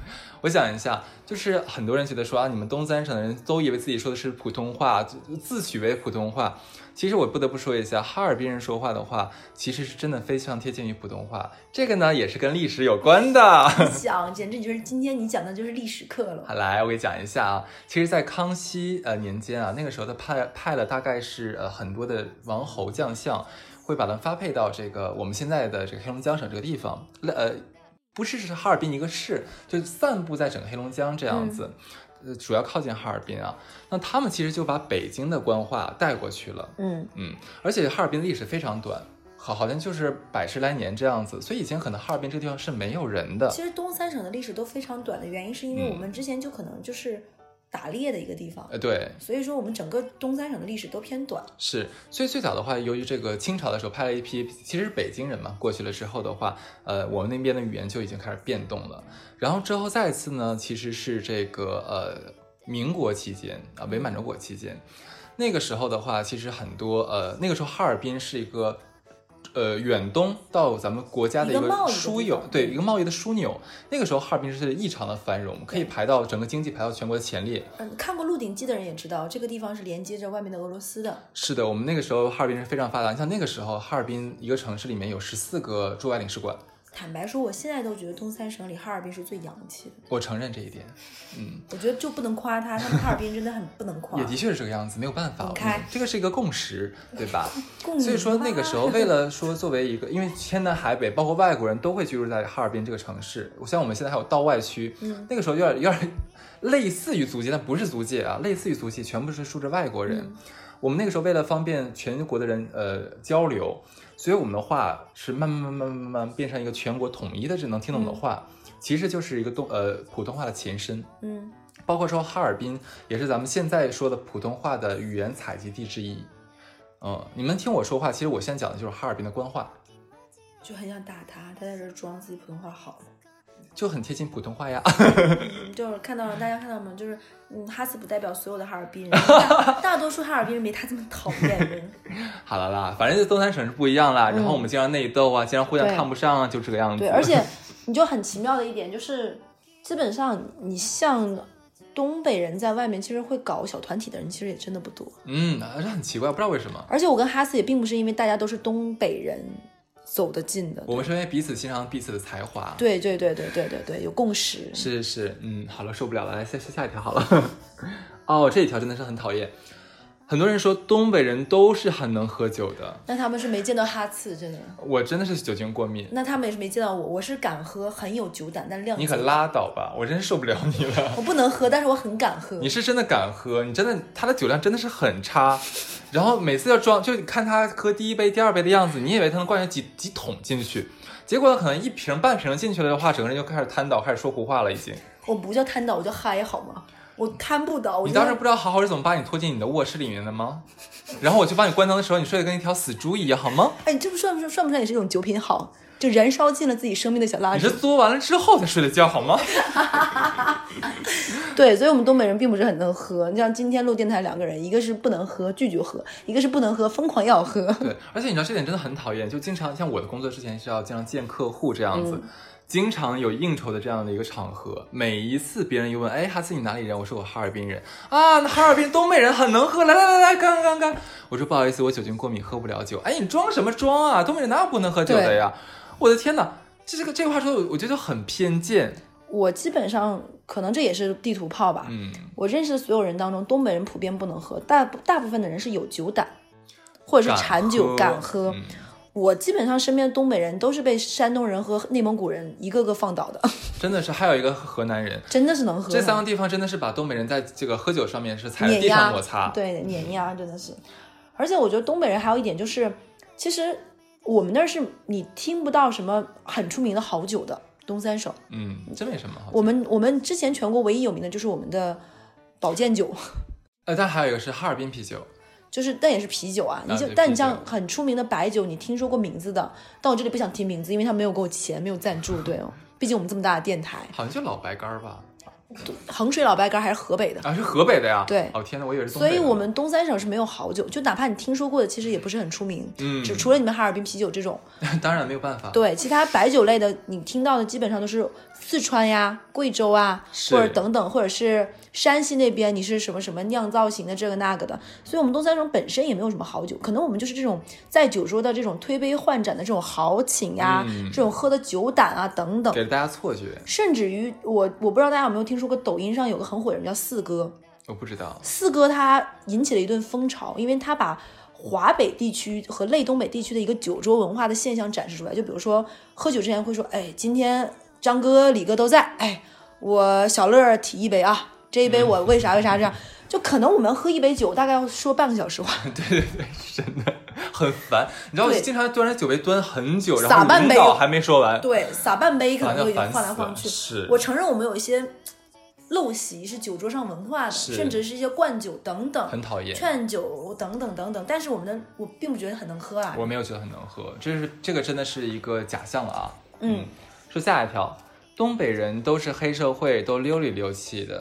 [SPEAKER 2] 我想一下，就是很多人觉得说啊，你们东三省的人都以为自己说的是普通话，自自诩为普通话。其实我不得不说一下，哈尔滨人说话的话，其实是真的非常贴近于普通话。这个呢，也是跟历史有关的。
[SPEAKER 3] 你讲，简直你就是今天你讲的就是历史课
[SPEAKER 2] 好，
[SPEAKER 3] 了。
[SPEAKER 2] 来，我给你讲一下啊。其实，在康熙呃年间啊，那个时候他派派了大概是呃很多的王侯将相，会把他们发配到这个我们现在的这个黑龙江省这个地方，那呃，不是是哈尔滨一个市，就散布在整个黑龙江这
[SPEAKER 3] 嗯
[SPEAKER 2] 样子，呃，主要靠近哈尔滨啊。那他们其实就把北京的官话带过去了。
[SPEAKER 3] 嗯，
[SPEAKER 2] 嗯，而且哈尔滨的历史非常短，好，好像就是百十来年这样子，所以以前可能哈尔滨这个地方是没有人的。嗯
[SPEAKER 3] 其实东三省的历史都非常短的原因，是因为我们之前就可能就是打猎的一个地方，
[SPEAKER 2] 呃，对，
[SPEAKER 3] 所以说我们整个东三省的历史都偏短。
[SPEAKER 2] 是，所以最早的话，由于这个清朝的时候派了一批，其实是北京人嘛，过去了之后的话，呃，我们那边的语言就已经开始变动了。然后之后再一次呢，其实是这个呃民国期间啊、伪满洲国期间，那个时候的话，其实很多呃那个时候哈尔滨是一个。呃远东到咱们国家的一
[SPEAKER 3] 一
[SPEAKER 2] 个
[SPEAKER 3] 个贸易的
[SPEAKER 2] 枢
[SPEAKER 3] 地
[SPEAKER 2] 纽
[SPEAKER 3] 方，嗯
[SPEAKER 2] 对一个贸易的枢纽。那个时候哈尔滨是异常的繁荣，可以排到整个经济排到全国的前列。
[SPEAKER 3] 嗯，看过《鹿鼎记》的人也知道，这个地方是连接着外面的俄罗斯的。
[SPEAKER 2] 是的，我们那个时候哈尔滨是非常发达。你像那个时候，哈尔滨一个城市里面有十四个驻外领事馆，
[SPEAKER 3] 坦白说，我现在都觉得东三省里哈尔滨是最洋气的。
[SPEAKER 2] 我承认这一点，
[SPEAKER 3] 我觉得就不能夸他，他们哈尔滨真的很不能夸
[SPEAKER 2] 也。的确是这个样子，没有办法
[SPEAKER 3] 滚，开
[SPEAKER 2] 我们这个是一个共识，对吧？
[SPEAKER 3] 共
[SPEAKER 2] 所以说
[SPEAKER 3] 鸣
[SPEAKER 2] 那个
[SPEAKER 3] 吧
[SPEAKER 2] 时候，为了说作为一个，因为天南海北，包括外国人都会居住在哈尔滨这个城市。像我们现在还有道外区，
[SPEAKER 3] 嗯
[SPEAKER 2] 那个时候有点有点类似于租界，但不是租界啊，类似于租界，全部是住着外国人。
[SPEAKER 3] 嗯
[SPEAKER 2] 我们那个时候为了方便全国的人呃交流，所以我们的话是慢慢慢慢慢慢变成一个全国统一的，这能听懂的话，其实就是一个东呃普通话的前身。
[SPEAKER 3] 嗯，
[SPEAKER 2] 包括说哈尔滨也是咱们现在说的普通话的语言采集地之一。嗯，你们听我说话，其实我现在讲的就是哈尔滨的官话，
[SPEAKER 3] 就很想打他，他在这儿装自己普通话好。
[SPEAKER 2] 就很贴近普通话呀。
[SPEAKER 3] 嗯就是看到了，大家看到吗？就是嗯，哈斯不代表所有的哈尔滨人，大 大多数哈尔滨人没他这么讨厌人。
[SPEAKER 2] 好了啦，反正这东三省是不一样啦。然后我们经常内斗啊，经常互相
[SPEAKER 3] 对
[SPEAKER 2] 看不上啊，就这个样子。
[SPEAKER 3] 嗯对，而且你就很奇妙的一点就是，基本上你像东北人在外面，其实会搞小团体的人，其实也真的不多。
[SPEAKER 2] 嗯，这很奇怪，不知道为什么，
[SPEAKER 3] 而且我跟哈斯也并不是因为大家都是东北人走得近的，
[SPEAKER 2] 我们是因为彼此欣赏彼此的才华。
[SPEAKER 3] 对对对对对对对，有共识。
[SPEAKER 2] 是是，嗯，好了，受不了了，来下下下一条好了。 哦，这一条真的是很讨厌。很多人说东北人都是很能喝酒的，
[SPEAKER 3] 那他们是没见到哈次，真的。
[SPEAKER 2] 我真的是酒精过敏。
[SPEAKER 3] 那他们也是没见到我，我是敢喝，很有酒胆，但 量
[SPEAKER 2] 你可
[SPEAKER 3] 级
[SPEAKER 2] 拉倒吧，我真受不了你了。
[SPEAKER 3] 我不能喝，但是我很敢喝
[SPEAKER 2] 你。是真的敢喝，你真的他的酒量真的是很差，然后每次要装，就看他喝第一杯、第二杯的样子，你以为他能灌下几几桶进去，结果可能一瓶半瓶进去了的话，整个人就开始瘫倒，开始说胡话了已经。
[SPEAKER 3] 我不叫瘫倒，我叫嗨，好吗？我瘫不倒。我
[SPEAKER 2] 你
[SPEAKER 3] 真
[SPEAKER 2] 当
[SPEAKER 3] 的
[SPEAKER 2] 时不知道好好是怎么把你拖进你的卧室里面的吗？然后我去帮你关灯的时候，你睡得跟一条死猪一样，好吗？
[SPEAKER 3] 哎，你这不算不算算不算也是一种酒品好？就燃烧尽了自己生命的小蜡
[SPEAKER 2] 你
[SPEAKER 3] 烛
[SPEAKER 2] 是。作完了之后才睡的觉，好吗？
[SPEAKER 3] 对，所以我们东北人并不是很能喝。你像今天录电台两个人，一个是不能喝，拒绝喝；一个是不能喝，疯狂要喝。
[SPEAKER 2] 对，而且你知道这点真的很讨厌，就经常像我的工作之前是要经常见客户这样子，
[SPEAKER 3] 嗯
[SPEAKER 2] 经常有应酬的这样的一个场合，每一次别人一问，哎，哈斯你哪里人？我说我哈尔滨人啊，那哈尔滨东北人很能喝，来来来来，干干干！我说不好意思，我酒精过敏，喝不了酒。哎，你装什么装啊？东北人哪有不能喝酒的呀？我的天哪！这这个这个话说，我我觉得就很偏见。
[SPEAKER 3] 我基本上可能这也是地图炮吧。
[SPEAKER 2] 嗯，
[SPEAKER 3] 我认识的所有人当中，东北人普遍不能喝，大部大部分的人是有酒胆，或者是馋酒敢喝。
[SPEAKER 2] 嗯
[SPEAKER 3] 我基本上身边的东北人都是被山东人和内蒙古人一个个放倒的，
[SPEAKER 2] 真的是。还有一个河南人，
[SPEAKER 3] 真的是能喝。
[SPEAKER 2] 这三个地方真的是把东北人在这个喝酒上面是踩着
[SPEAKER 3] 碾
[SPEAKER 2] 地上
[SPEAKER 3] 压，
[SPEAKER 2] 摩擦。嗯
[SPEAKER 3] 对，碾压真的是。而且我觉得东北人还有一点就是，其实我们那儿是你听不到什么很出名的好酒的，东三省。
[SPEAKER 2] 嗯，真没什么好讲。
[SPEAKER 3] 我们我们之前全国唯一有名的就是我们的保健酒，
[SPEAKER 2] 呃，但还有一个是哈尔滨啤酒，
[SPEAKER 3] 就是但也是啤酒啊。你
[SPEAKER 2] 啊
[SPEAKER 3] 就
[SPEAKER 2] 对
[SPEAKER 3] 但
[SPEAKER 2] 啤
[SPEAKER 3] 你像
[SPEAKER 2] 酒
[SPEAKER 3] 很出名的白酒，你听说过名字的，但我这里不想提名字，因为他没有给我钱，没有赞助，对哦。毕竟我们这么大的电台，
[SPEAKER 2] 好像就老白干儿吧？
[SPEAKER 3] 衡水老白干还是河北的，
[SPEAKER 2] 啊，是河北的呀？
[SPEAKER 3] 对
[SPEAKER 2] 哦天哪，我以为是东北的。
[SPEAKER 3] 所以我们东三省是没有好酒，就哪怕你听说过的，其实也不是很出名。
[SPEAKER 2] 嗯
[SPEAKER 3] 只除了你们哈尔滨啤酒这种，
[SPEAKER 2] 当然没有办法。，
[SPEAKER 3] 对，其他白酒类的你听到的基本上都是四川呀、贵州啊，
[SPEAKER 2] 是
[SPEAKER 3] 或者等等，或者是山西那边你是什么什么酿造型的这个那个的，所以我们东三省本身也没有什么好酒，可能我们就是这种在酒桌的这种推杯换盏的这种豪情呀、
[SPEAKER 2] 嗯
[SPEAKER 3] 这种喝的酒胆啊等等，
[SPEAKER 2] 给了大家错觉，
[SPEAKER 3] 甚至于我我不知道大家有没有听说过，抖音上有个很火的人叫四哥，
[SPEAKER 2] 我不知道。
[SPEAKER 3] 四哥他引起了一顿风潮，因为他把华北地区和类东北地区的一个酒桌文化的现象展示出来。就比如说，喝酒之前会说：“哎，今天张哥、李哥都在，哎，我小乐儿提一杯啊，这一杯我为啥为啥这样。”就可能我们喝一杯酒，大概要说半个小时话，
[SPEAKER 2] 对 对对，是真的很烦。你知道，
[SPEAKER 3] 对
[SPEAKER 2] 经常端着酒杯端很久，然
[SPEAKER 3] 撒
[SPEAKER 2] 后
[SPEAKER 3] 半
[SPEAKER 2] 领
[SPEAKER 3] 杯
[SPEAKER 2] 导还没说完。
[SPEAKER 3] 对，撒半杯可
[SPEAKER 2] 烦
[SPEAKER 3] 能会
[SPEAKER 2] 烦
[SPEAKER 3] 晃来
[SPEAKER 2] 死
[SPEAKER 3] 晃
[SPEAKER 2] 了，
[SPEAKER 3] 去。
[SPEAKER 2] 是
[SPEAKER 3] 我承认我们有一些陋习是酒桌上文化的，
[SPEAKER 2] 是
[SPEAKER 3] 甚至是一些灌酒等等、
[SPEAKER 2] 很讨厌。
[SPEAKER 3] 劝酒等等等等，但是我们的我并不觉得很能喝啊，
[SPEAKER 2] 我没有觉得很能喝，这是这个真的是一个假象了啊。
[SPEAKER 3] 嗯，
[SPEAKER 2] 说下一条，东北人都是黑社会，都溜里溜气的。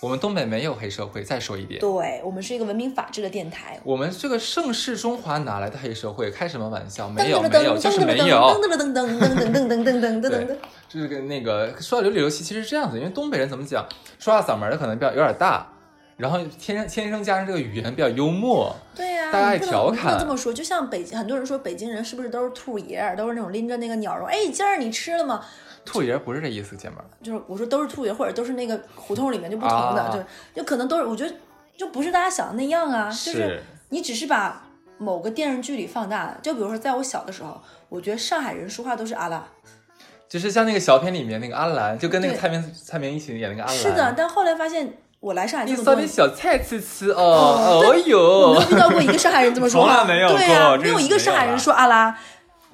[SPEAKER 2] 我们东北没有黑社会。再说一遍，
[SPEAKER 3] 对我们是一个文明法治的电台。
[SPEAKER 2] 我们这个盛世中华哪来的黑社会？开什么玩笑？
[SPEAKER 3] 噔噔噔噔噔噔噔噔噔噔噔噔噔噔
[SPEAKER 2] 没有，没
[SPEAKER 3] 噔噔噔噔
[SPEAKER 2] 有，就是没有。
[SPEAKER 3] 噔噔
[SPEAKER 2] 对，就是个那个说到流里流气，其实是这样子，因为东北人怎么讲，说话嗓门儿可能比较有点大，然后天生天生加上这个语言比较幽默，
[SPEAKER 3] 对呀、
[SPEAKER 2] 大家
[SPEAKER 3] 你不能
[SPEAKER 2] 调
[SPEAKER 3] 你不
[SPEAKER 2] 侃
[SPEAKER 3] 能这么说，就像北很多人说北京人是不是都是兔爷儿，都是那种拎着那个鸟肉，哎，今儿你吃了吗？
[SPEAKER 2] 兔爷不是这意思，姐们儿。
[SPEAKER 3] 就是我说都是兔爷，或者都是那个胡同里面就不同的，
[SPEAKER 2] 啊
[SPEAKER 3] 就就可能都是，我觉得就不是大家想的那样啊，就是
[SPEAKER 2] 是
[SPEAKER 3] 你只是把某个电视剧里放大了。就比如说在我小的时候，我觉得上海人说话都是阿拉，
[SPEAKER 2] 就是像那个小品里面那个阿兰，就跟那个
[SPEAKER 3] 对
[SPEAKER 2] 蔡明蔡明一起演那个阿兰。
[SPEAKER 3] 是的，，但后来发现我来上海这
[SPEAKER 2] 你
[SPEAKER 3] 么
[SPEAKER 2] 烧
[SPEAKER 3] 多
[SPEAKER 2] 点
[SPEAKER 3] 年。
[SPEAKER 2] 小菜吃吃哦。哦
[SPEAKER 3] 我没
[SPEAKER 2] 呦
[SPEAKER 3] 有，遇到过一个上海人这么说话，
[SPEAKER 2] 从来没有
[SPEAKER 3] 对呀、
[SPEAKER 2] 过真
[SPEAKER 3] 没有
[SPEAKER 2] 是
[SPEAKER 3] 一
[SPEAKER 2] 没
[SPEAKER 3] 个
[SPEAKER 2] 有
[SPEAKER 3] 上海
[SPEAKER 2] 啊
[SPEAKER 3] 人说阿拉，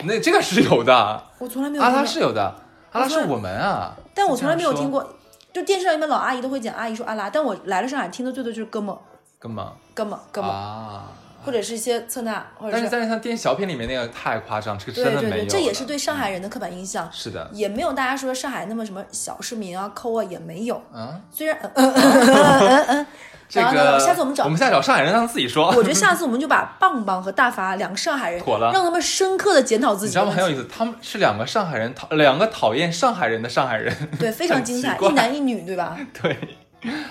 [SPEAKER 2] 那这个是有的，阿
[SPEAKER 3] 我从来没有听
[SPEAKER 2] 拉
[SPEAKER 3] 过
[SPEAKER 2] 是有的，阿拉
[SPEAKER 3] 我
[SPEAKER 2] 是
[SPEAKER 3] 从来
[SPEAKER 2] 我们啊。
[SPEAKER 3] 但我从来没有
[SPEAKER 2] 这样
[SPEAKER 3] 听
[SPEAKER 2] 说，
[SPEAKER 3] 过，就电视上一般老阿姨都会讲阿姨说阿拉，但我来了上海听的最多就是哥们儿
[SPEAKER 2] 根本
[SPEAKER 3] 哥们儿哥们儿，
[SPEAKER 2] 啊。
[SPEAKER 3] 或者是一些侧那，或者
[SPEAKER 2] 但是
[SPEAKER 3] 是
[SPEAKER 2] 但是像电视小品里面那个太夸张，这个
[SPEAKER 3] 对
[SPEAKER 2] 真的
[SPEAKER 3] 对
[SPEAKER 2] 没有嗯
[SPEAKER 3] 对，
[SPEAKER 2] 的。
[SPEAKER 3] 这也是对上海人的刻板印象，
[SPEAKER 2] 是的，
[SPEAKER 3] 也没有大家说上海那么什么小市民啊、抠啊也 没有。
[SPEAKER 2] 嗯，
[SPEAKER 3] 虽然，嗯嗯嗯嗯嗯，
[SPEAKER 2] 这
[SPEAKER 3] 然后
[SPEAKER 2] 个
[SPEAKER 3] 呢，下次我们找
[SPEAKER 2] 我们下次找上海人，让他自己说。
[SPEAKER 3] 我觉得下次我们就把棒棒和大发两个上海人
[SPEAKER 2] 妥了，
[SPEAKER 3] 让他们深刻的检讨自
[SPEAKER 2] 你
[SPEAKER 3] 己
[SPEAKER 2] 知道
[SPEAKER 3] 的
[SPEAKER 2] 吗？
[SPEAKER 3] 问
[SPEAKER 2] 很
[SPEAKER 3] 题，
[SPEAKER 2] 有意思，他们是两个上海人，讨两个讨厌上海人的上海人。
[SPEAKER 3] 对，非常精彩，
[SPEAKER 2] 很奇怪
[SPEAKER 3] 一男一女，对吧？
[SPEAKER 2] 对，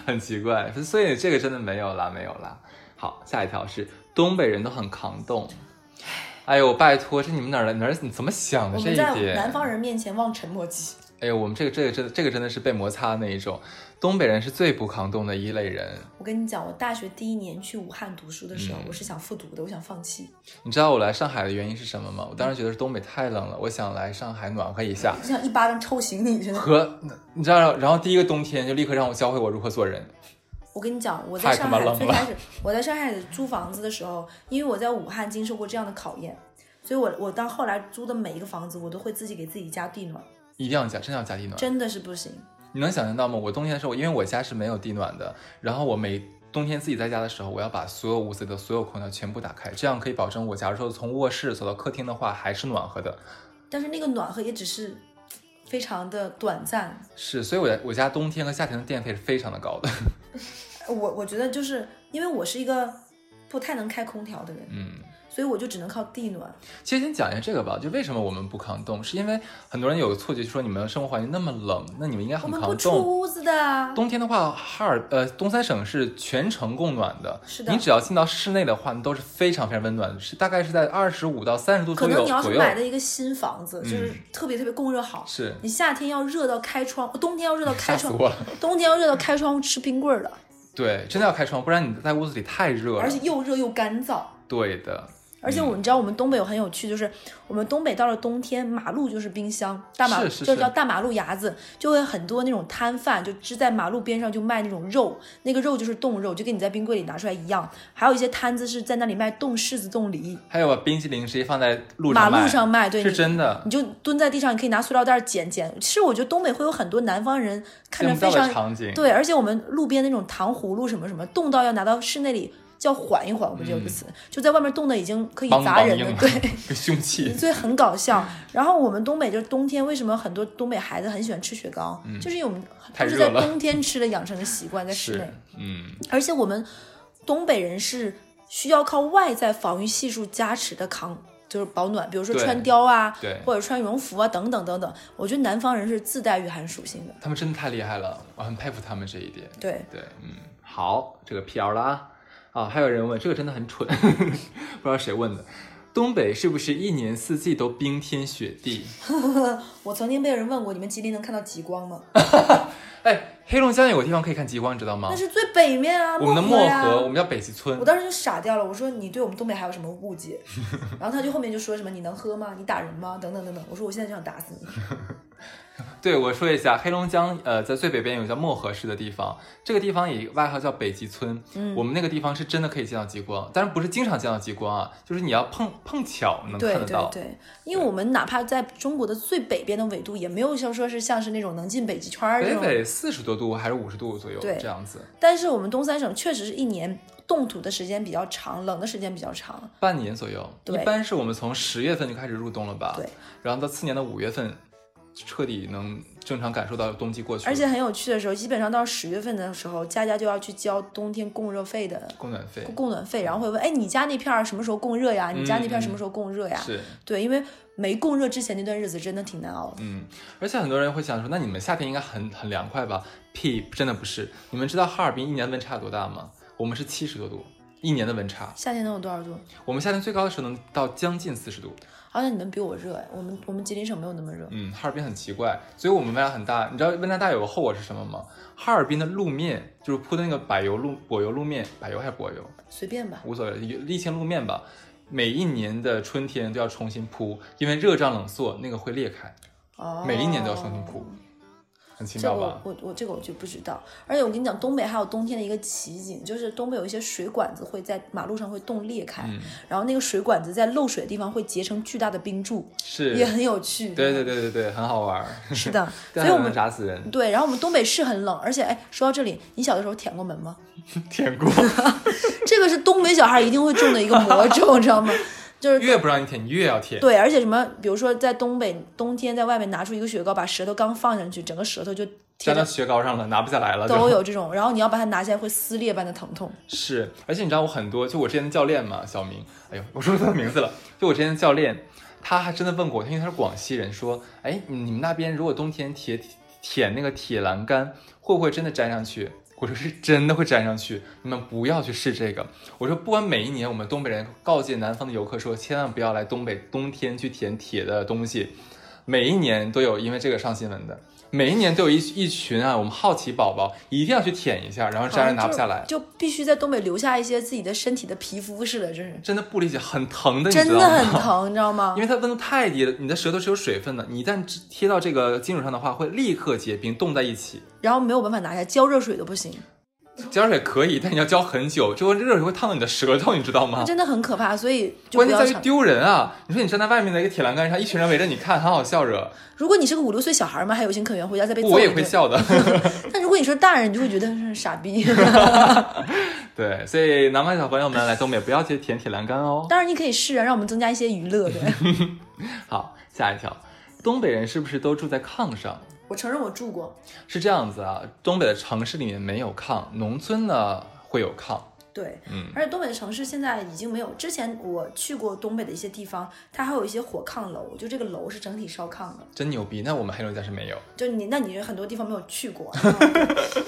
[SPEAKER 2] 很奇怪，所以这个真的没有啦，没有啦。好，下一条是东北人都很抗冻。哎呦，拜托，这你们哪儿来哪儿？你怎么想的
[SPEAKER 3] 我
[SPEAKER 2] 这
[SPEAKER 3] 们
[SPEAKER 2] 一
[SPEAKER 3] 在
[SPEAKER 2] 点？
[SPEAKER 3] 南方人面前望尘莫及，
[SPEAKER 2] 哎呦，我们这个这个真的这个真的是被摩擦的那一种。东北人是最不抗冻的一类人。
[SPEAKER 3] 我跟你讲，我大学第一年去武汉读书的时候，
[SPEAKER 2] 嗯
[SPEAKER 3] 我是想复读的，我想放弃，
[SPEAKER 2] 你知道我来上海的原因是什么吗？我当时觉得是东北太冷了，我想来上海暖和一下。
[SPEAKER 3] 我想一巴掌抽醒你！真的，
[SPEAKER 2] 和你知道，然后第一个冬天就立刻让我教会我如何做人。
[SPEAKER 3] 我跟你讲，我
[SPEAKER 2] 太
[SPEAKER 3] 在
[SPEAKER 2] 他
[SPEAKER 3] 上
[SPEAKER 2] 妈
[SPEAKER 3] 海
[SPEAKER 2] 冷
[SPEAKER 3] 最
[SPEAKER 2] 了
[SPEAKER 3] 开始，我在上海租房子的时候，因为我在武汉经受过这样的考验，所以我我到后来租的每一个房子，我都会自己给自己加地暖，
[SPEAKER 2] 一定要加，真要加地暖。
[SPEAKER 3] 真的是不行。
[SPEAKER 2] 你能想象到吗？我冬天的时候，因为我家是没有地暖的，然后我每冬天自己在家的时候，我要把所有屋子的所有空调全部打开，这样可以保证我，假如说从卧室走到客厅的话，还是暖和的。
[SPEAKER 3] 但是那个暖和也只是非常的短暂，
[SPEAKER 2] 是，所以我的我家冬天和夏天的电费是非常的高的。
[SPEAKER 3] 我我觉得就是因为我是一个不太能开空调的人，
[SPEAKER 2] 嗯，
[SPEAKER 3] 所以我就只能靠地暖。
[SPEAKER 2] 其实先讲一下这个吧，就为什么我们不抗冻，是因为很多人有个错觉，就说你们生活环境那么冷，那你们应该
[SPEAKER 3] 我
[SPEAKER 2] 很
[SPEAKER 3] 们不
[SPEAKER 2] 抗
[SPEAKER 3] 出
[SPEAKER 2] 冻。
[SPEAKER 3] 屋子的，啊
[SPEAKER 2] 冬天的话，哈尔呃东三省是全程供暖的，
[SPEAKER 3] 是的
[SPEAKER 2] 你只要进到室内的话，都是非常非常温暖的，是大概是在二十五到三十度
[SPEAKER 3] 可
[SPEAKER 2] 左右
[SPEAKER 3] 能你要是
[SPEAKER 2] 左右。
[SPEAKER 3] 买的一个新房子，就是
[SPEAKER 2] 嗯
[SPEAKER 3] 特别特别供热好，
[SPEAKER 2] 是
[SPEAKER 3] 你夏天要热到开窗，冬天 要热到开
[SPEAKER 2] 吓死
[SPEAKER 3] 窗，
[SPEAKER 2] 我了！
[SPEAKER 3] 冬天要热到开窗户吃冰 棍儿的，
[SPEAKER 2] 对，真的要开窗，不然你在屋子里太热了。
[SPEAKER 3] 而且又热又干燥。
[SPEAKER 2] 对的，
[SPEAKER 3] 而且我
[SPEAKER 2] 嗯
[SPEAKER 3] 们知道，我们东北有很有趣，就是我们东北到了冬天，马路就是冰箱，大马
[SPEAKER 2] 是是
[SPEAKER 3] 就是叫大马路牙子，就会很多那种摊贩就支在马路边上就卖那种肉，那个肉就是冻肉，就跟你在冰柜里拿出来一样。还有一些摊子是在那里卖冻柿子、冻梨，
[SPEAKER 2] 还有把冰淇淋直接放在路
[SPEAKER 3] 马
[SPEAKER 2] 上卖，
[SPEAKER 3] 路上卖，对，
[SPEAKER 2] 是
[SPEAKER 3] 你
[SPEAKER 2] 真的
[SPEAKER 3] 你，就蹲在地上，你可以拿塑料袋捡捡。其实我觉得东北会有很多南方人看着
[SPEAKER 2] 见不到
[SPEAKER 3] 非
[SPEAKER 2] 的
[SPEAKER 3] 常
[SPEAKER 2] 场景。
[SPEAKER 3] 对，而且我们路边那种糖葫芦什么什么，冻到要拿到室内里叫缓一缓，我们
[SPEAKER 2] 嗯
[SPEAKER 3] 就有个词，就在外面冻的已经可以
[SPEAKER 2] 梆
[SPEAKER 3] 砸
[SPEAKER 2] 梆
[SPEAKER 3] 人
[SPEAKER 2] 硬
[SPEAKER 3] 了
[SPEAKER 2] 了，，
[SPEAKER 3] 对。
[SPEAKER 2] 啊 跟凶器。
[SPEAKER 3] 所以很搞 笑。然后我们东北就是冬天，为什么很多东北孩子很喜欢吃雪糕？就是因为我们
[SPEAKER 2] 嗯太
[SPEAKER 3] 都是
[SPEAKER 2] 热
[SPEAKER 3] 在
[SPEAKER 2] 了
[SPEAKER 3] 冬天吃的，养成的习惯在室内
[SPEAKER 2] 是。，嗯，
[SPEAKER 3] 而且我们东北人是需要靠外在防御系数加持的抗，就是保暖，比如说
[SPEAKER 2] 对
[SPEAKER 3] 穿貂啊
[SPEAKER 2] 对，
[SPEAKER 3] 或者穿羽绒服啊，等等等等。我觉得南方人是自带御寒属性的。
[SPEAKER 2] 他们真的太厉害了，我很佩服他们这一点。
[SPEAKER 3] 对，
[SPEAKER 2] 对，嗯，好，这个 PR 啦啊，还有人问这个真的很 蠢，不知道谁问的。东北是不是一年四季都冰天雪地？
[SPEAKER 3] 我曾经被人问过，你们吉林能看到极光吗？
[SPEAKER 2] 哦哎，黑龙江有个地方可以看极光，你知道吗
[SPEAKER 3] 那？是最北面啊，
[SPEAKER 2] 我们的
[SPEAKER 3] 漠
[SPEAKER 2] 漠
[SPEAKER 3] 呀
[SPEAKER 2] 河，我们叫北极村
[SPEAKER 3] 我。当时就傻掉了，我说你对我们东北还有什么误解？ 然后他就后面就说什么你能喝吗？你打人吗？等等等等。我说我现在就想打死你。
[SPEAKER 2] 对，我说一下，黑龙江呃，在最北边有个叫漠河市的地方，这个地方也外号叫北极村。嗯，我们那个地方是真的可以见到极光，但是不是经常见到极光啊，就是你要碰碰巧 能
[SPEAKER 3] 对
[SPEAKER 2] 看得
[SPEAKER 3] 对
[SPEAKER 2] 到。
[SPEAKER 3] 对，因为我们哪怕在中国的最北边的纬度，也没有像说是像是那种能进北极圈儿这
[SPEAKER 2] 北
[SPEAKER 3] 种。
[SPEAKER 2] 纬四十多度还是五十度左右
[SPEAKER 3] 对
[SPEAKER 2] 这样子，
[SPEAKER 3] 但是我们东三省确实是一年冻土的时间比较长，冷的时间比较长。
[SPEAKER 2] 半年左右。一
[SPEAKER 3] 对
[SPEAKER 2] 般是我们从十月份就开始入冬了吧？
[SPEAKER 3] 对。
[SPEAKER 2] 然后到次年的五月份，彻底能正常感受到冬季过去了，
[SPEAKER 3] 而且很有趣的时候，基本上到十月份的时候，家家就要去交冬天供热费的
[SPEAKER 2] 供暖费
[SPEAKER 3] 供暖费，然后会问，哎，你家那片儿什么时候供热呀？你家那片儿什么时候供热呀？
[SPEAKER 2] 嗯是，
[SPEAKER 3] 对，因为没供热之前那段日子真的挺难熬的。
[SPEAKER 2] 嗯，而且很多人会想说，那你们夏天应该很很凉快吧？屁，真的不是。你们知道哈尔滨一年的温差有多大吗？我们是七十多度，一年的温差。
[SPEAKER 3] 夏天能有多少度？
[SPEAKER 2] 我们夏天最高的时候能到将近四十度。
[SPEAKER 3] 好像你们比我热哎，我们我们吉林省没有那么热。
[SPEAKER 2] 嗯，哈尔滨很奇怪，所以我们温差很大。你知道温差大有个后果是什么吗？哈尔滨的路面就是铺的那个柏油路，柏油路面，柏油还是柏油，
[SPEAKER 3] 随便吧，
[SPEAKER 2] 无所谓，沥青路面吧。每一年的春天都要重新铺，因为热胀冷缩，那个会裂开，
[SPEAKER 3] 哦，
[SPEAKER 2] 每一年都要重新铺，很奇
[SPEAKER 3] 这
[SPEAKER 2] 妙
[SPEAKER 3] 个
[SPEAKER 2] 吧
[SPEAKER 3] 我？我我这个我就不知道，而且我跟你讲，东北还有冬天的一个奇景，就是东北有一些水管子会在马路上会冻裂开，
[SPEAKER 2] 嗯，
[SPEAKER 3] 然后那个水管子在漏水的地方会结成巨大的冰柱，
[SPEAKER 2] 是，
[SPEAKER 3] 也很有趣。
[SPEAKER 2] 对对对对对，很好玩 儿，
[SPEAKER 3] 是的，所
[SPEAKER 2] 但
[SPEAKER 3] 以
[SPEAKER 2] 很
[SPEAKER 3] 我
[SPEAKER 2] 能
[SPEAKER 3] 们
[SPEAKER 2] 砸死人，
[SPEAKER 3] 对，然后我们东北是很冷，而且哎，说到这里，你小的时候舔过门吗？
[SPEAKER 2] 舔过，
[SPEAKER 3] 这个是东北小孩一定会中的一个魔咒，你知道吗？ 就是
[SPEAKER 2] 越不让你舔，你越要舔。
[SPEAKER 3] 对，而且什么，比如说在东北冬天，在外面拿出一个雪糕，把舌头刚放上去，整个舌头就贴
[SPEAKER 2] 粘到
[SPEAKER 3] 着，
[SPEAKER 2] 雪糕上了，拿不下来了，
[SPEAKER 3] 都
[SPEAKER 2] 就
[SPEAKER 3] 有这种。然后你要把它拿下来，会撕裂般的疼痛。
[SPEAKER 2] 是，而且你知道我很多，就我之前的教练嘛，小明，哎呦，我说他的名字了，就我之前的教练，他还真的问过我，因为他是广西人，说，哎，你们那边如果冬天铁舔那个铁栏杆，会不会真的粘上去？我说是真的会粘上去，你们不要去试这个。我说不管每一年，我们东北人告诫南方的游客说，千万不要来东北冬天去舔铁的东西，每一年都有因为这个上新闻的。每一年都有一一群啊，我们好奇宝宝一定要去舔一下，然后
[SPEAKER 3] 好
[SPEAKER 2] 粘着
[SPEAKER 3] 像
[SPEAKER 2] 拿
[SPEAKER 3] 啊就
[SPEAKER 2] 不下来。
[SPEAKER 3] 就必须在东北留下一些自己的身体的皮肤似的，真是
[SPEAKER 2] 真的不理解，很疼的，你
[SPEAKER 3] 真
[SPEAKER 2] 知道
[SPEAKER 3] 的很
[SPEAKER 2] 吗。
[SPEAKER 3] 疼，你知道吗
[SPEAKER 2] 因？为它温度太低了，你的舌头是有水分的，你一旦贴到这个金属上的话，会立刻结冰，冻在一起。
[SPEAKER 3] 然后没有办法拿下，浇热水都不行，
[SPEAKER 2] 浇水可以，但你要浇很久，这个热水会烫到你的舌头，你知道吗？
[SPEAKER 3] 真的很可怕。所以就
[SPEAKER 2] 啊关
[SPEAKER 3] 不
[SPEAKER 2] 键
[SPEAKER 3] 要
[SPEAKER 2] 在于
[SPEAKER 3] 尝。
[SPEAKER 2] 丢人啊！你说你站在外面的一个铁栏杆上，一群人围着你看，很好笑着，
[SPEAKER 3] 如果你是个五六岁小孩嘛，还有情可原，回家再被揍
[SPEAKER 2] 我也
[SPEAKER 3] 一
[SPEAKER 2] 会
[SPEAKER 3] 顿。
[SPEAKER 2] 笑 的。
[SPEAKER 3] 但如果你是大人，你就会觉得是傻逼。
[SPEAKER 2] 对，所以南方小朋友们来东北不要去舔铁栏杆 哦。
[SPEAKER 3] 当然你可以试啊，让我们增加一些娱乐。对，
[SPEAKER 2] 好，下一条，东北人是不是都住在炕上？
[SPEAKER 3] 我承认我住过，
[SPEAKER 2] 是这样子啊，东北的城市里面没有炕，农村呢会有炕。
[SPEAKER 3] 对，
[SPEAKER 2] 嗯
[SPEAKER 3] 而且东北的城市现在已经没有之前我去过东北的一些地方，它还有一些火炕楼，就这个楼是整体烧炕的。
[SPEAKER 2] 真牛逼！那我们黑龙江是没有，
[SPEAKER 3] 就你，那你很多地方没有去过，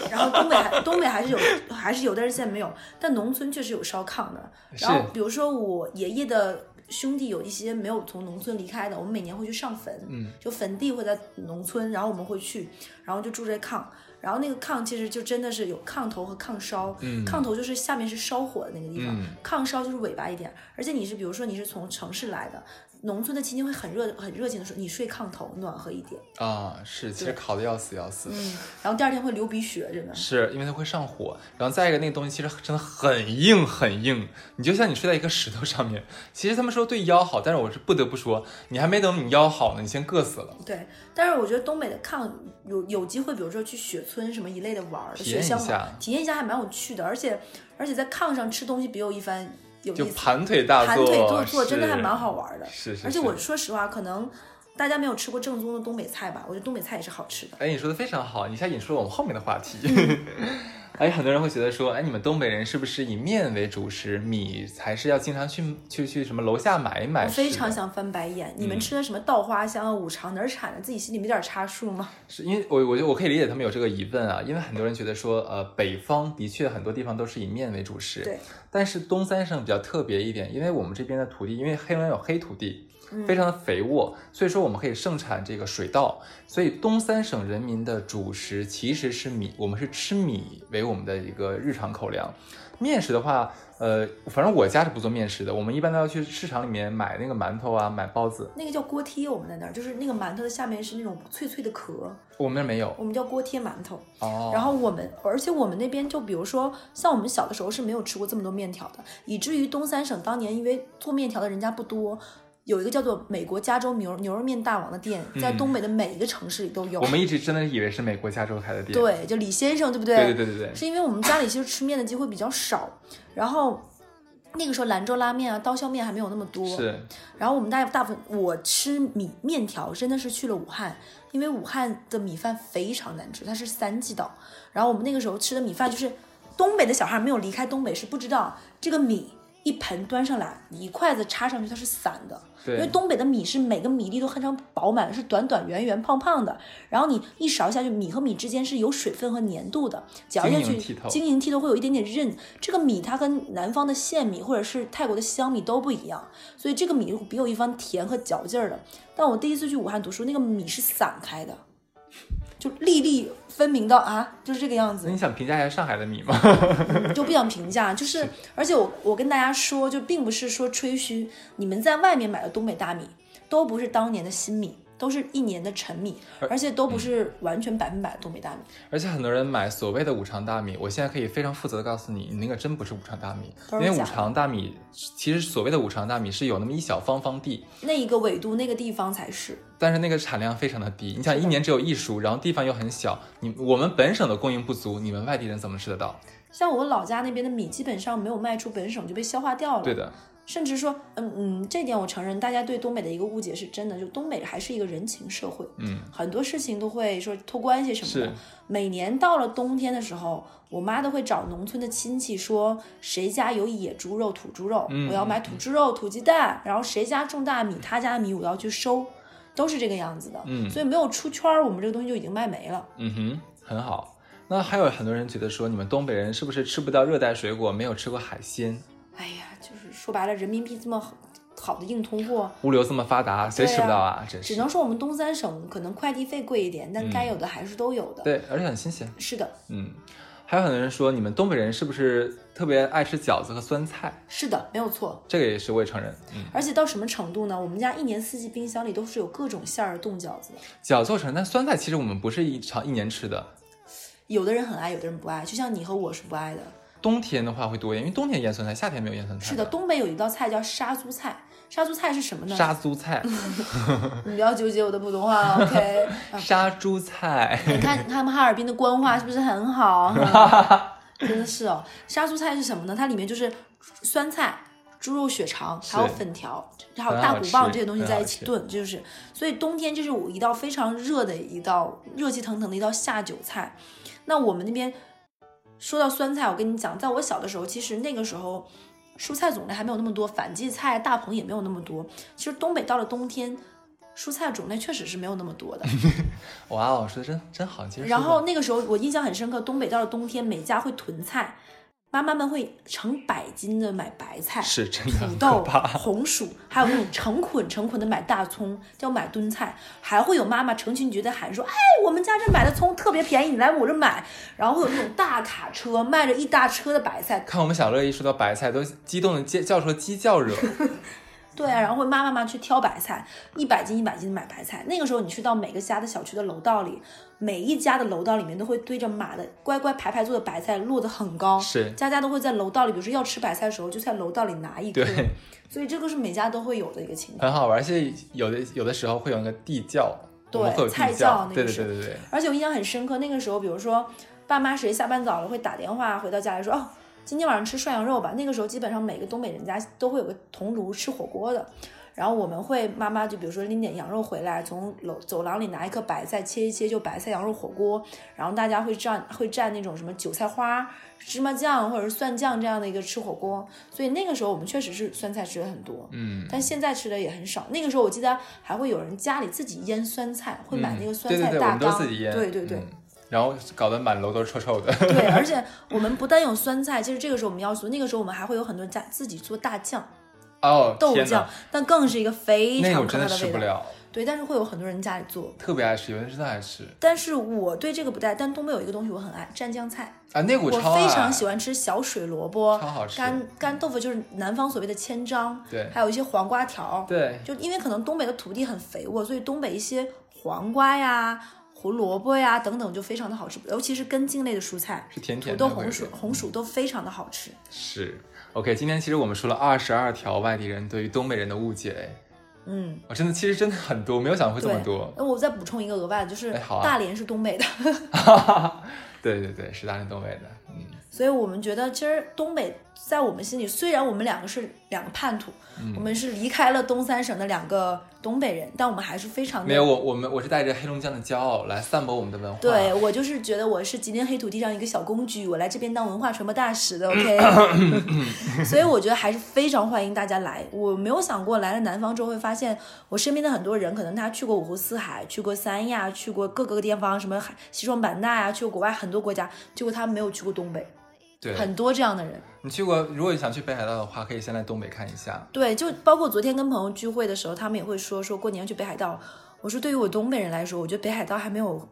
[SPEAKER 3] 然后然后东北还东北还是有，还是有，但是现在没有。但农村确实有烧炕的。然后
[SPEAKER 2] 是
[SPEAKER 3] 比如说我爷爷的兄弟有一些没有从农村离开的，我们每年会去上坟，
[SPEAKER 2] 嗯，
[SPEAKER 3] 就坟地会在农村，然后我们会去，然后就住这炕。然后那个炕其实就真的是有炕头和炕梢，
[SPEAKER 2] 嗯
[SPEAKER 3] 炕头就是下面是烧火的那个地方，
[SPEAKER 2] 嗯
[SPEAKER 3] 炕梢就是尾巴一点。而且你是比如说你是从城市来的，农村的期间会很热很热情的时候，你睡炕头暖和一点。
[SPEAKER 2] 啊，是，其实烤的要死要死，
[SPEAKER 3] 嗯，然后第二天会流鼻血，真的。
[SPEAKER 2] 是因为它会上火，然后再一个那个东西其实真的很硬很硬，你就像你睡在一个石头上面。其实他们说对腰好，但是我是不得不说，你还没等你腰好呢，你先硌死了。
[SPEAKER 3] 对，但是我觉得东北的炕有有机会，比如说去雪村什么一类的玩儿，
[SPEAKER 2] 体验
[SPEAKER 3] 雪
[SPEAKER 2] 一
[SPEAKER 3] 乡玩
[SPEAKER 2] 下
[SPEAKER 3] 儿，体验一下还蛮有趣的，而且而且在炕上吃东西别有一番有
[SPEAKER 2] 就
[SPEAKER 3] 意思，
[SPEAKER 2] 盘腿大
[SPEAKER 3] 盘
[SPEAKER 2] 坐，
[SPEAKER 3] 腿坐坐
[SPEAKER 2] 是
[SPEAKER 3] 真的还蛮好。玩的。
[SPEAKER 2] 是是，
[SPEAKER 3] 而且我
[SPEAKER 2] 是，
[SPEAKER 3] 说实话，可能大家没有吃过正宗的东北菜吧，我觉得东北菜也是好吃的。
[SPEAKER 2] 哎，你说的非常好，你一下引出了我们后面的话题。
[SPEAKER 3] 嗯
[SPEAKER 2] 哎，很多人会觉得说，哎，你们东北人是不是以面为主食，米才是要经常去去去什么楼下买一买
[SPEAKER 3] 我
[SPEAKER 2] 吃的？嗯
[SPEAKER 3] 非常想翻白眼，你们吃的什么稻花香啊、五常哪儿产的？自己心里没点差数吗？
[SPEAKER 2] 是因为我我就我可以理解他们有这个疑问啊，因为很多人觉得说，呃，北方的确很多地方都是以面为主食，
[SPEAKER 3] 对，
[SPEAKER 2] 但是东三省比较特别一点，因为我们这边的土地，因为黑龙江有黑土地，
[SPEAKER 3] 嗯
[SPEAKER 2] 非常的肥沃，所以说我们可以盛产这个水稻，所以东三省人民的主食其实是米，我们是吃米为我们的一个日常口粮。面食的话，呃，反正我家是不做面食的，我们一般都要去市场里面买那个馒头啊，买包子，
[SPEAKER 3] 那个叫锅贴，我们在那儿就是那个馒头的下面是那种脆脆的壳，
[SPEAKER 2] 我们那儿没有
[SPEAKER 3] 我们叫锅贴馒头。
[SPEAKER 2] 哦。
[SPEAKER 3] 然后我们，而且我们那边就比如说，像我们小的时候是没有吃过这么多面条的，以至于东三省当年因为做面条的人家不多，有一个叫做美国加州牛牛肉面大王的店，在
[SPEAKER 2] 嗯
[SPEAKER 3] 东北的每一个城市里都有。
[SPEAKER 2] 我们一直真的以为是美国加州开的店，
[SPEAKER 3] 对，就李先生，对不对？
[SPEAKER 2] 对对对对对，
[SPEAKER 3] 是因为我们家里其实吃面的机会比较少，然后。那个时候兰州拉面啊、刀削面还没有那么多，
[SPEAKER 2] 是
[SPEAKER 3] 然后我们大大部分我吃米面条真的是去了武汉，因为武汉的米饭非常难吃，它是三季稻。然后我们那个时候吃的米饭就是东北的小孩没有离开东北是不知道这个米一盆端上来，你一筷子插上去它是散的，
[SPEAKER 2] 对
[SPEAKER 3] 因为东北的米是每个米粒都非常饱满，是短短圆圆胖胖的，然后你一勺下去，米和米之间是有水分和粘度的，嚼
[SPEAKER 2] 晶
[SPEAKER 3] 下去
[SPEAKER 2] 莹剔透
[SPEAKER 3] 晶莹剔透会有一点点韧。这个米它跟南方的线米或者是泰国的香米都不一样，所以这个米会别有一番甜和嚼劲儿的。但我第一次去武汉读书，那个米是散开的，就粒粒分明的啊，就是这个样子
[SPEAKER 2] 那。你想评价一下上海的米吗？
[SPEAKER 3] 就不想评价，就是，而且我我跟大家说，就并不是说吹嘘，你们在外面买的东北大米都不是当年的新米，都是一年的陈米，而且都不是完全百分百的东北大米。
[SPEAKER 2] 而且很多人买所谓的五常大米，我现在可以非常负责的告诉你，你那个真不是五常大米，
[SPEAKER 3] 都
[SPEAKER 2] 因
[SPEAKER 3] 是
[SPEAKER 2] 为
[SPEAKER 3] 假
[SPEAKER 2] 五
[SPEAKER 3] 的
[SPEAKER 2] 常大米其实所谓的五常大米是有那么一小方方地，
[SPEAKER 3] 那一个纬度那个地方才是，
[SPEAKER 2] 但是那个产量非常的低。你想
[SPEAKER 3] 是
[SPEAKER 2] 一
[SPEAKER 3] 的
[SPEAKER 2] 年只有一熟，然后地方又很小，你我们本省的供应不足，你们外地人怎么吃得到？
[SPEAKER 3] 像我老家那边的米基本上没有卖出本省就被消化掉了。
[SPEAKER 2] 对的，
[SPEAKER 3] 甚至说，嗯嗯，这点我承认，大家对东北的一个误解是真的，就东北还是一个人情社会，
[SPEAKER 2] 嗯，
[SPEAKER 3] 很多事情都会说托关系什么的
[SPEAKER 2] 是。
[SPEAKER 3] 每年到了冬天的时候，我妈都会找农村的亲戚说，谁家有野猪肉、土猪肉，
[SPEAKER 2] 嗯
[SPEAKER 3] 我要买土猪肉、土鸡蛋，然后谁家种大米，他家的米我要去收，都是这个样子的。
[SPEAKER 2] 嗯
[SPEAKER 3] 所以没有出圈儿，我们这个东西就已经卖没了。
[SPEAKER 2] 嗯哼，很好。那还有很多人觉得说，你们东北人是不是吃不到热带水果，没有吃过海鲜？
[SPEAKER 3] 哎呀，就是说白了，人民币这么好好的硬通货，
[SPEAKER 2] 物流这么发达，谁吃不到啊？真
[SPEAKER 3] 只
[SPEAKER 2] 是。
[SPEAKER 3] 能说我们东三省可能快递费贵一点，但
[SPEAKER 2] 嗯
[SPEAKER 3] 该有的还是都有的。，
[SPEAKER 2] 对，而且很新鲜。
[SPEAKER 3] 是的，
[SPEAKER 2] 嗯，还有很多人说，你们东北人是不是特别爱吃饺子和酸菜？
[SPEAKER 3] 是的，没有错。
[SPEAKER 2] 这个也是我也承认。嗯，
[SPEAKER 3] 而且到什么程度呢？我们家一年四季冰箱里都是有各种馅儿的冻饺子的。
[SPEAKER 2] 饺子我承认，但酸菜其实我们不是一常一年吃的。
[SPEAKER 3] 有的人很爱，有的人不爱，就像你和我是不爱的。
[SPEAKER 2] 冬天的话会多一点，因为冬天腌酸菜，夏天没有腌酸菜。
[SPEAKER 3] 是的，，东北有一道菜叫杀猪菜，杀猪菜是嗯什么呢？
[SPEAKER 2] 杀猪 菜，
[SPEAKER 3] 你不要纠结我的普通话啊，OK？啊
[SPEAKER 2] 杀猪菜。
[SPEAKER 3] 你看他们哈尔滨的官话是不是很好？ 真的是哦，杀猪菜是什么呢？它里面就是酸菜、猪肉血肠，还有
[SPEAKER 2] 是
[SPEAKER 3] 粉条，还有
[SPEAKER 2] 很
[SPEAKER 3] 大
[SPEAKER 2] 好
[SPEAKER 3] 骨棒
[SPEAKER 2] 吃
[SPEAKER 3] 这些东西
[SPEAKER 2] 很
[SPEAKER 3] 在
[SPEAKER 2] 好
[SPEAKER 3] 一起
[SPEAKER 2] 吃
[SPEAKER 3] 炖，就是所以冬天这是我一道非常热的一道热气腾腾的一道下酒菜。那我们那边说到酸菜，我跟你讲，在我小的时候，其实那个时候蔬菜种类还没有那么多，反季菜、大棚也没有那么多。其实东北到了冬天，蔬菜种类确实是没有那么多的。
[SPEAKER 2] 哇哦，说的真真好，其实
[SPEAKER 3] 然后那个时候我印象很深刻，东北到了冬天，每家会囤菜，妈妈们会成百斤的买白菜、
[SPEAKER 2] 是真的
[SPEAKER 3] 土
[SPEAKER 2] 很可
[SPEAKER 3] 豆、
[SPEAKER 2] 怕。
[SPEAKER 3] 红薯，还有那种成捆成捆的买大葱，叫买蹲菜，还会有妈妈成群结队喊说：“哎，我们家这买的葱特别便宜，你来我这买。”然后会有那种大卡车卖着一大车的白菜，
[SPEAKER 2] 看我们小乐一说到白菜，都激动的叫叫出了鸡叫 惹。
[SPEAKER 3] 对啊，然后会妈妈妈去挑白菜，一百斤一百斤买白菜。那个时候你去到每个家的小区的楼道里，每一家的楼道里面都会堆着码的乖乖排排坐的白菜，摞得很高。
[SPEAKER 2] 是
[SPEAKER 3] 家家都会在楼道里，比如说要吃白菜的时候，就在楼道里拿一颗。
[SPEAKER 2] 对，
[SPEAKER 3] 所以这个是每家都会有的一个情况。
[SPEAKER 2] 很好玩，而且有的有的时候会有那个地窖，
[SPEAKER 3] 对
[SPEAKER 2] 我们会有
[SPEAKER 3] 菜
[SPEAKER 2] 地
[SPEAKER 3] 窖
[SPEAKER 2] 窖，
[SPEAKER 3] 那
[SPEAKER 2] 对
[SPEAKER 3] 个
[SPEAKER 2] 对
[SPEAKER 3] 是
[SPEAKER 2] 对对对，
[SPEAKER 3] 而且我印象很深刻，那个时候比如说爸妈谁下班早了会打电话回到家里说哦。今天晚上吃涮羊肉吧。那个时候基本上每个东北人家都会有个铜炉吃火锅的，然后我们会妈妈就比如说拎点羊肉回来，从楼走廊里拿一颗白菜切一切，就白菜羊肉火锅。然后大家会蘸会蘸那种什么韭菜花、芝麻酱或者是蒜酱这样的一个吃火锅。所以那个时候我们确实是酸菜吃的很多，
[SPEAKER 2] 嗯，
[SPEAKER 3] 但现在吃的也很少。那个时候我记得还会有人家里自己腌酸菜，会买那个
[SPEAKER 2] 嗯
[SPEAKER 3] 酸
[SPEAKER 2] 对
[SPEAKER 3] 菜
[SPEAKER 2] 对对，我
[SPEAKER 3] 大
[SPEAKER 2] 们都
[SPEAKER 3] 缸，
[SPEAKER 2] 自己腌，
[SPEAKER 3] 对对对
[SPEAKER 2] 嗯然后搞得满楼都是臭臭的。
[SPEAKER 3] 对，而且我们不但有酸菜，其实这个时候我们要做，那个时候我们还会有很多人家自己做大酱、
[SPEAKER 2] 哦，
[SPEAKER 3] 豆
[SPEAKER 2] 天
[SPEAKER 3] 酱
[SPEAKER 2] 哪，，
[SPEAKER 3] 但更是一个非
[SPEAKER 2] 那个
[SPEAKER 3] 常
[SPEAKER 2] 我
[SPEAKER 3] 可
[SPEAKER 2] 真
[SPEAKER 3] 怕
[SPEAKER 2] 的
[SPEAKER 3] 的
[SPEAKER 2] 吃
[SPEAKER 3] 味
[SPEAKER 2] 不
[SPEAKER 3] 道。
[SPEAKER 2] 了，
[SPEAKER 3] 对，但是会有很多人家里做。
[SPEAKER 2] 特别爱吃，有的人真的爱吃
[SPEAKER 3] 但是我对这个不带，但东北有一个东西我很爱，蘸酱菜。
[SPEAKER 2] 啊，那个我
[SPEAKER 3] 我
[SPEAKER 2] 超
[SPEAKER 3] 非常
[SPEAKER 2] 爱
[SPEAKER 3] 喜欢吃小水萝卜
[SPEAKER 2] 超好、吃
[SPEAKER 3] 干干豆腐，就是南方所谓的千张，
[SPEAKER 2] 对
[SPEAKER 3] 还有一些黄瓜条，
[SPEAKER 2] 对，
[SPEAKER 3] 就因为可能东北的土地很肥沃，所以东北一些黄瓜呀、胡萝卜呀等等就非常的好吃，尤其是根茎类的蔬菜，
[SPEAKER 2] 是甜
[SPEAKER 3] 土
[SPEAKER 2] 甜的
[SPEAKER 3] 豆、
[SPEAKER 2] 味道，
[SPEAKER 3] 红薯、红
[SPEAKER 2] 嗯
[SPEAKER 3] 薯都非常的好吃。
[SPEAKER 2] 是。OK，今天其实我们说了二十二条外地人对于东北人的误解，
[SPEAKER 3] 嗯，
[SPEAKER 2] 我真的其实真的很多，没有想到会这
[SPEAKER 3] 对
[SPEAKER 2] 么多。。
[SPEAKER 3] 那我再补充一个额外的，就是
[SPEAKER 2] 哎好啊
[SPEAKER 3] 大连是东北的，
[SPEAKER 2] 对对对，是大连东北的，嗯，
[SPEAKER 3] 所以我们觉得其实东北在我们心里，虽然我们两个是两个叛徒，
[SPEAKER 2] 嗯
[SPEAKER 3] 我们是离开了东三省的两个东北人，但我们还是非常的
[SPEAKER 2] 没有我我们我是带着黑龙江的骄傲来散播我们的文化。
[SPEAKER 3] 对我就是觉得我是吉林黑土地上一个小公举，我来这边当文化传播大使的，OK 。所以我觉得还是非常欢迎大家来。我没有想过来了南方之后会发现，我身边的很多人可能他去过五湖四海，去过三亚，去过各个地方，什么海西双版纳呀、去过国外很多国家，结果他没有去过东北，
[SPEAKER 2] 对，
[SPEAKER 3] 很多这样的人。
[SPEAKER 2] 你去过，如果你想去北海道的话，可以先来东北看一下。
[SPEAKER 3] 对，就包括昨天跟朋友聚会的时候，他们也会说说过年要去北海道。我说对于我东北人来说，我觉得北海道还没有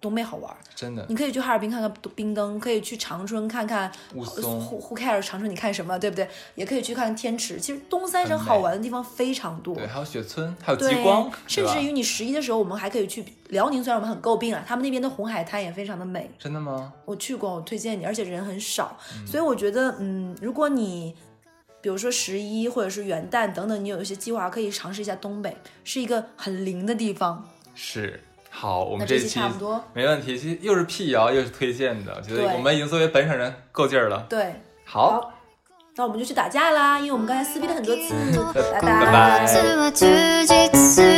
[SPEAKER 3] 东北好玩儿。
[SPEAKER 2] 真的
[SPEAKER 3] 你可以去哈尔滨看看冰灯，可以去长春看看
[SPEAKER 2] 雾
[SPEAKER 3] 呃
[SPEAKER 2] 凇
[SPEAKER 3] Who Who cares？长春你看什么，对不对？也可以去看天池。其实东三省
[SPEAKER 2] 很美
[SPEAKER 3] 好玩的地方非常多，
[SPEAKER 2] 对，还有雪村，还有
[SPEAKER 3] 对
[SPEAKER 2] 极光，
[SPEAKER 3] 甚
[SPEAKER 2] 对吧
[SPEAKER 3] 至于你十一的时候，我们还可以去辽宁。虽然我们很诟病啊，他们那边的红海滩也非常的美。
[SPEAKER 2] 真的吗？
[SPEAKER 3] 我去过，我推荐你，而且人很少，所以我觉得，嗯，如果你比如说十一或者是元旦等等，你有一些计划，可以尝试一下东北，是一个很灵的地方。
[SPEAKER 2] 是。好，我
[SPEAKER 3] 那
[SPEAKER 2] 们
[SPEAKER 3] 这
[SPEAKER 2] 一
[SPEAKER 3] 期
[SPEAKER 2] 期
[SPEAKER 3] 差不多，
[SPEAKER 2] 没问题，其实又是辟谣又是推荐的，我觉得
[SPEAKER 3] 对
[SPEAKER 2] 我们已经作为本省人够劲儿了。
[SPEAKER 3] 对，
[SPEAKER 2] 好，
[SPEAKER 3] 好，那我们就去打架啦，因为我们刚才撕逼了很多次，拜
[SPEAKER 1] この夏は充実する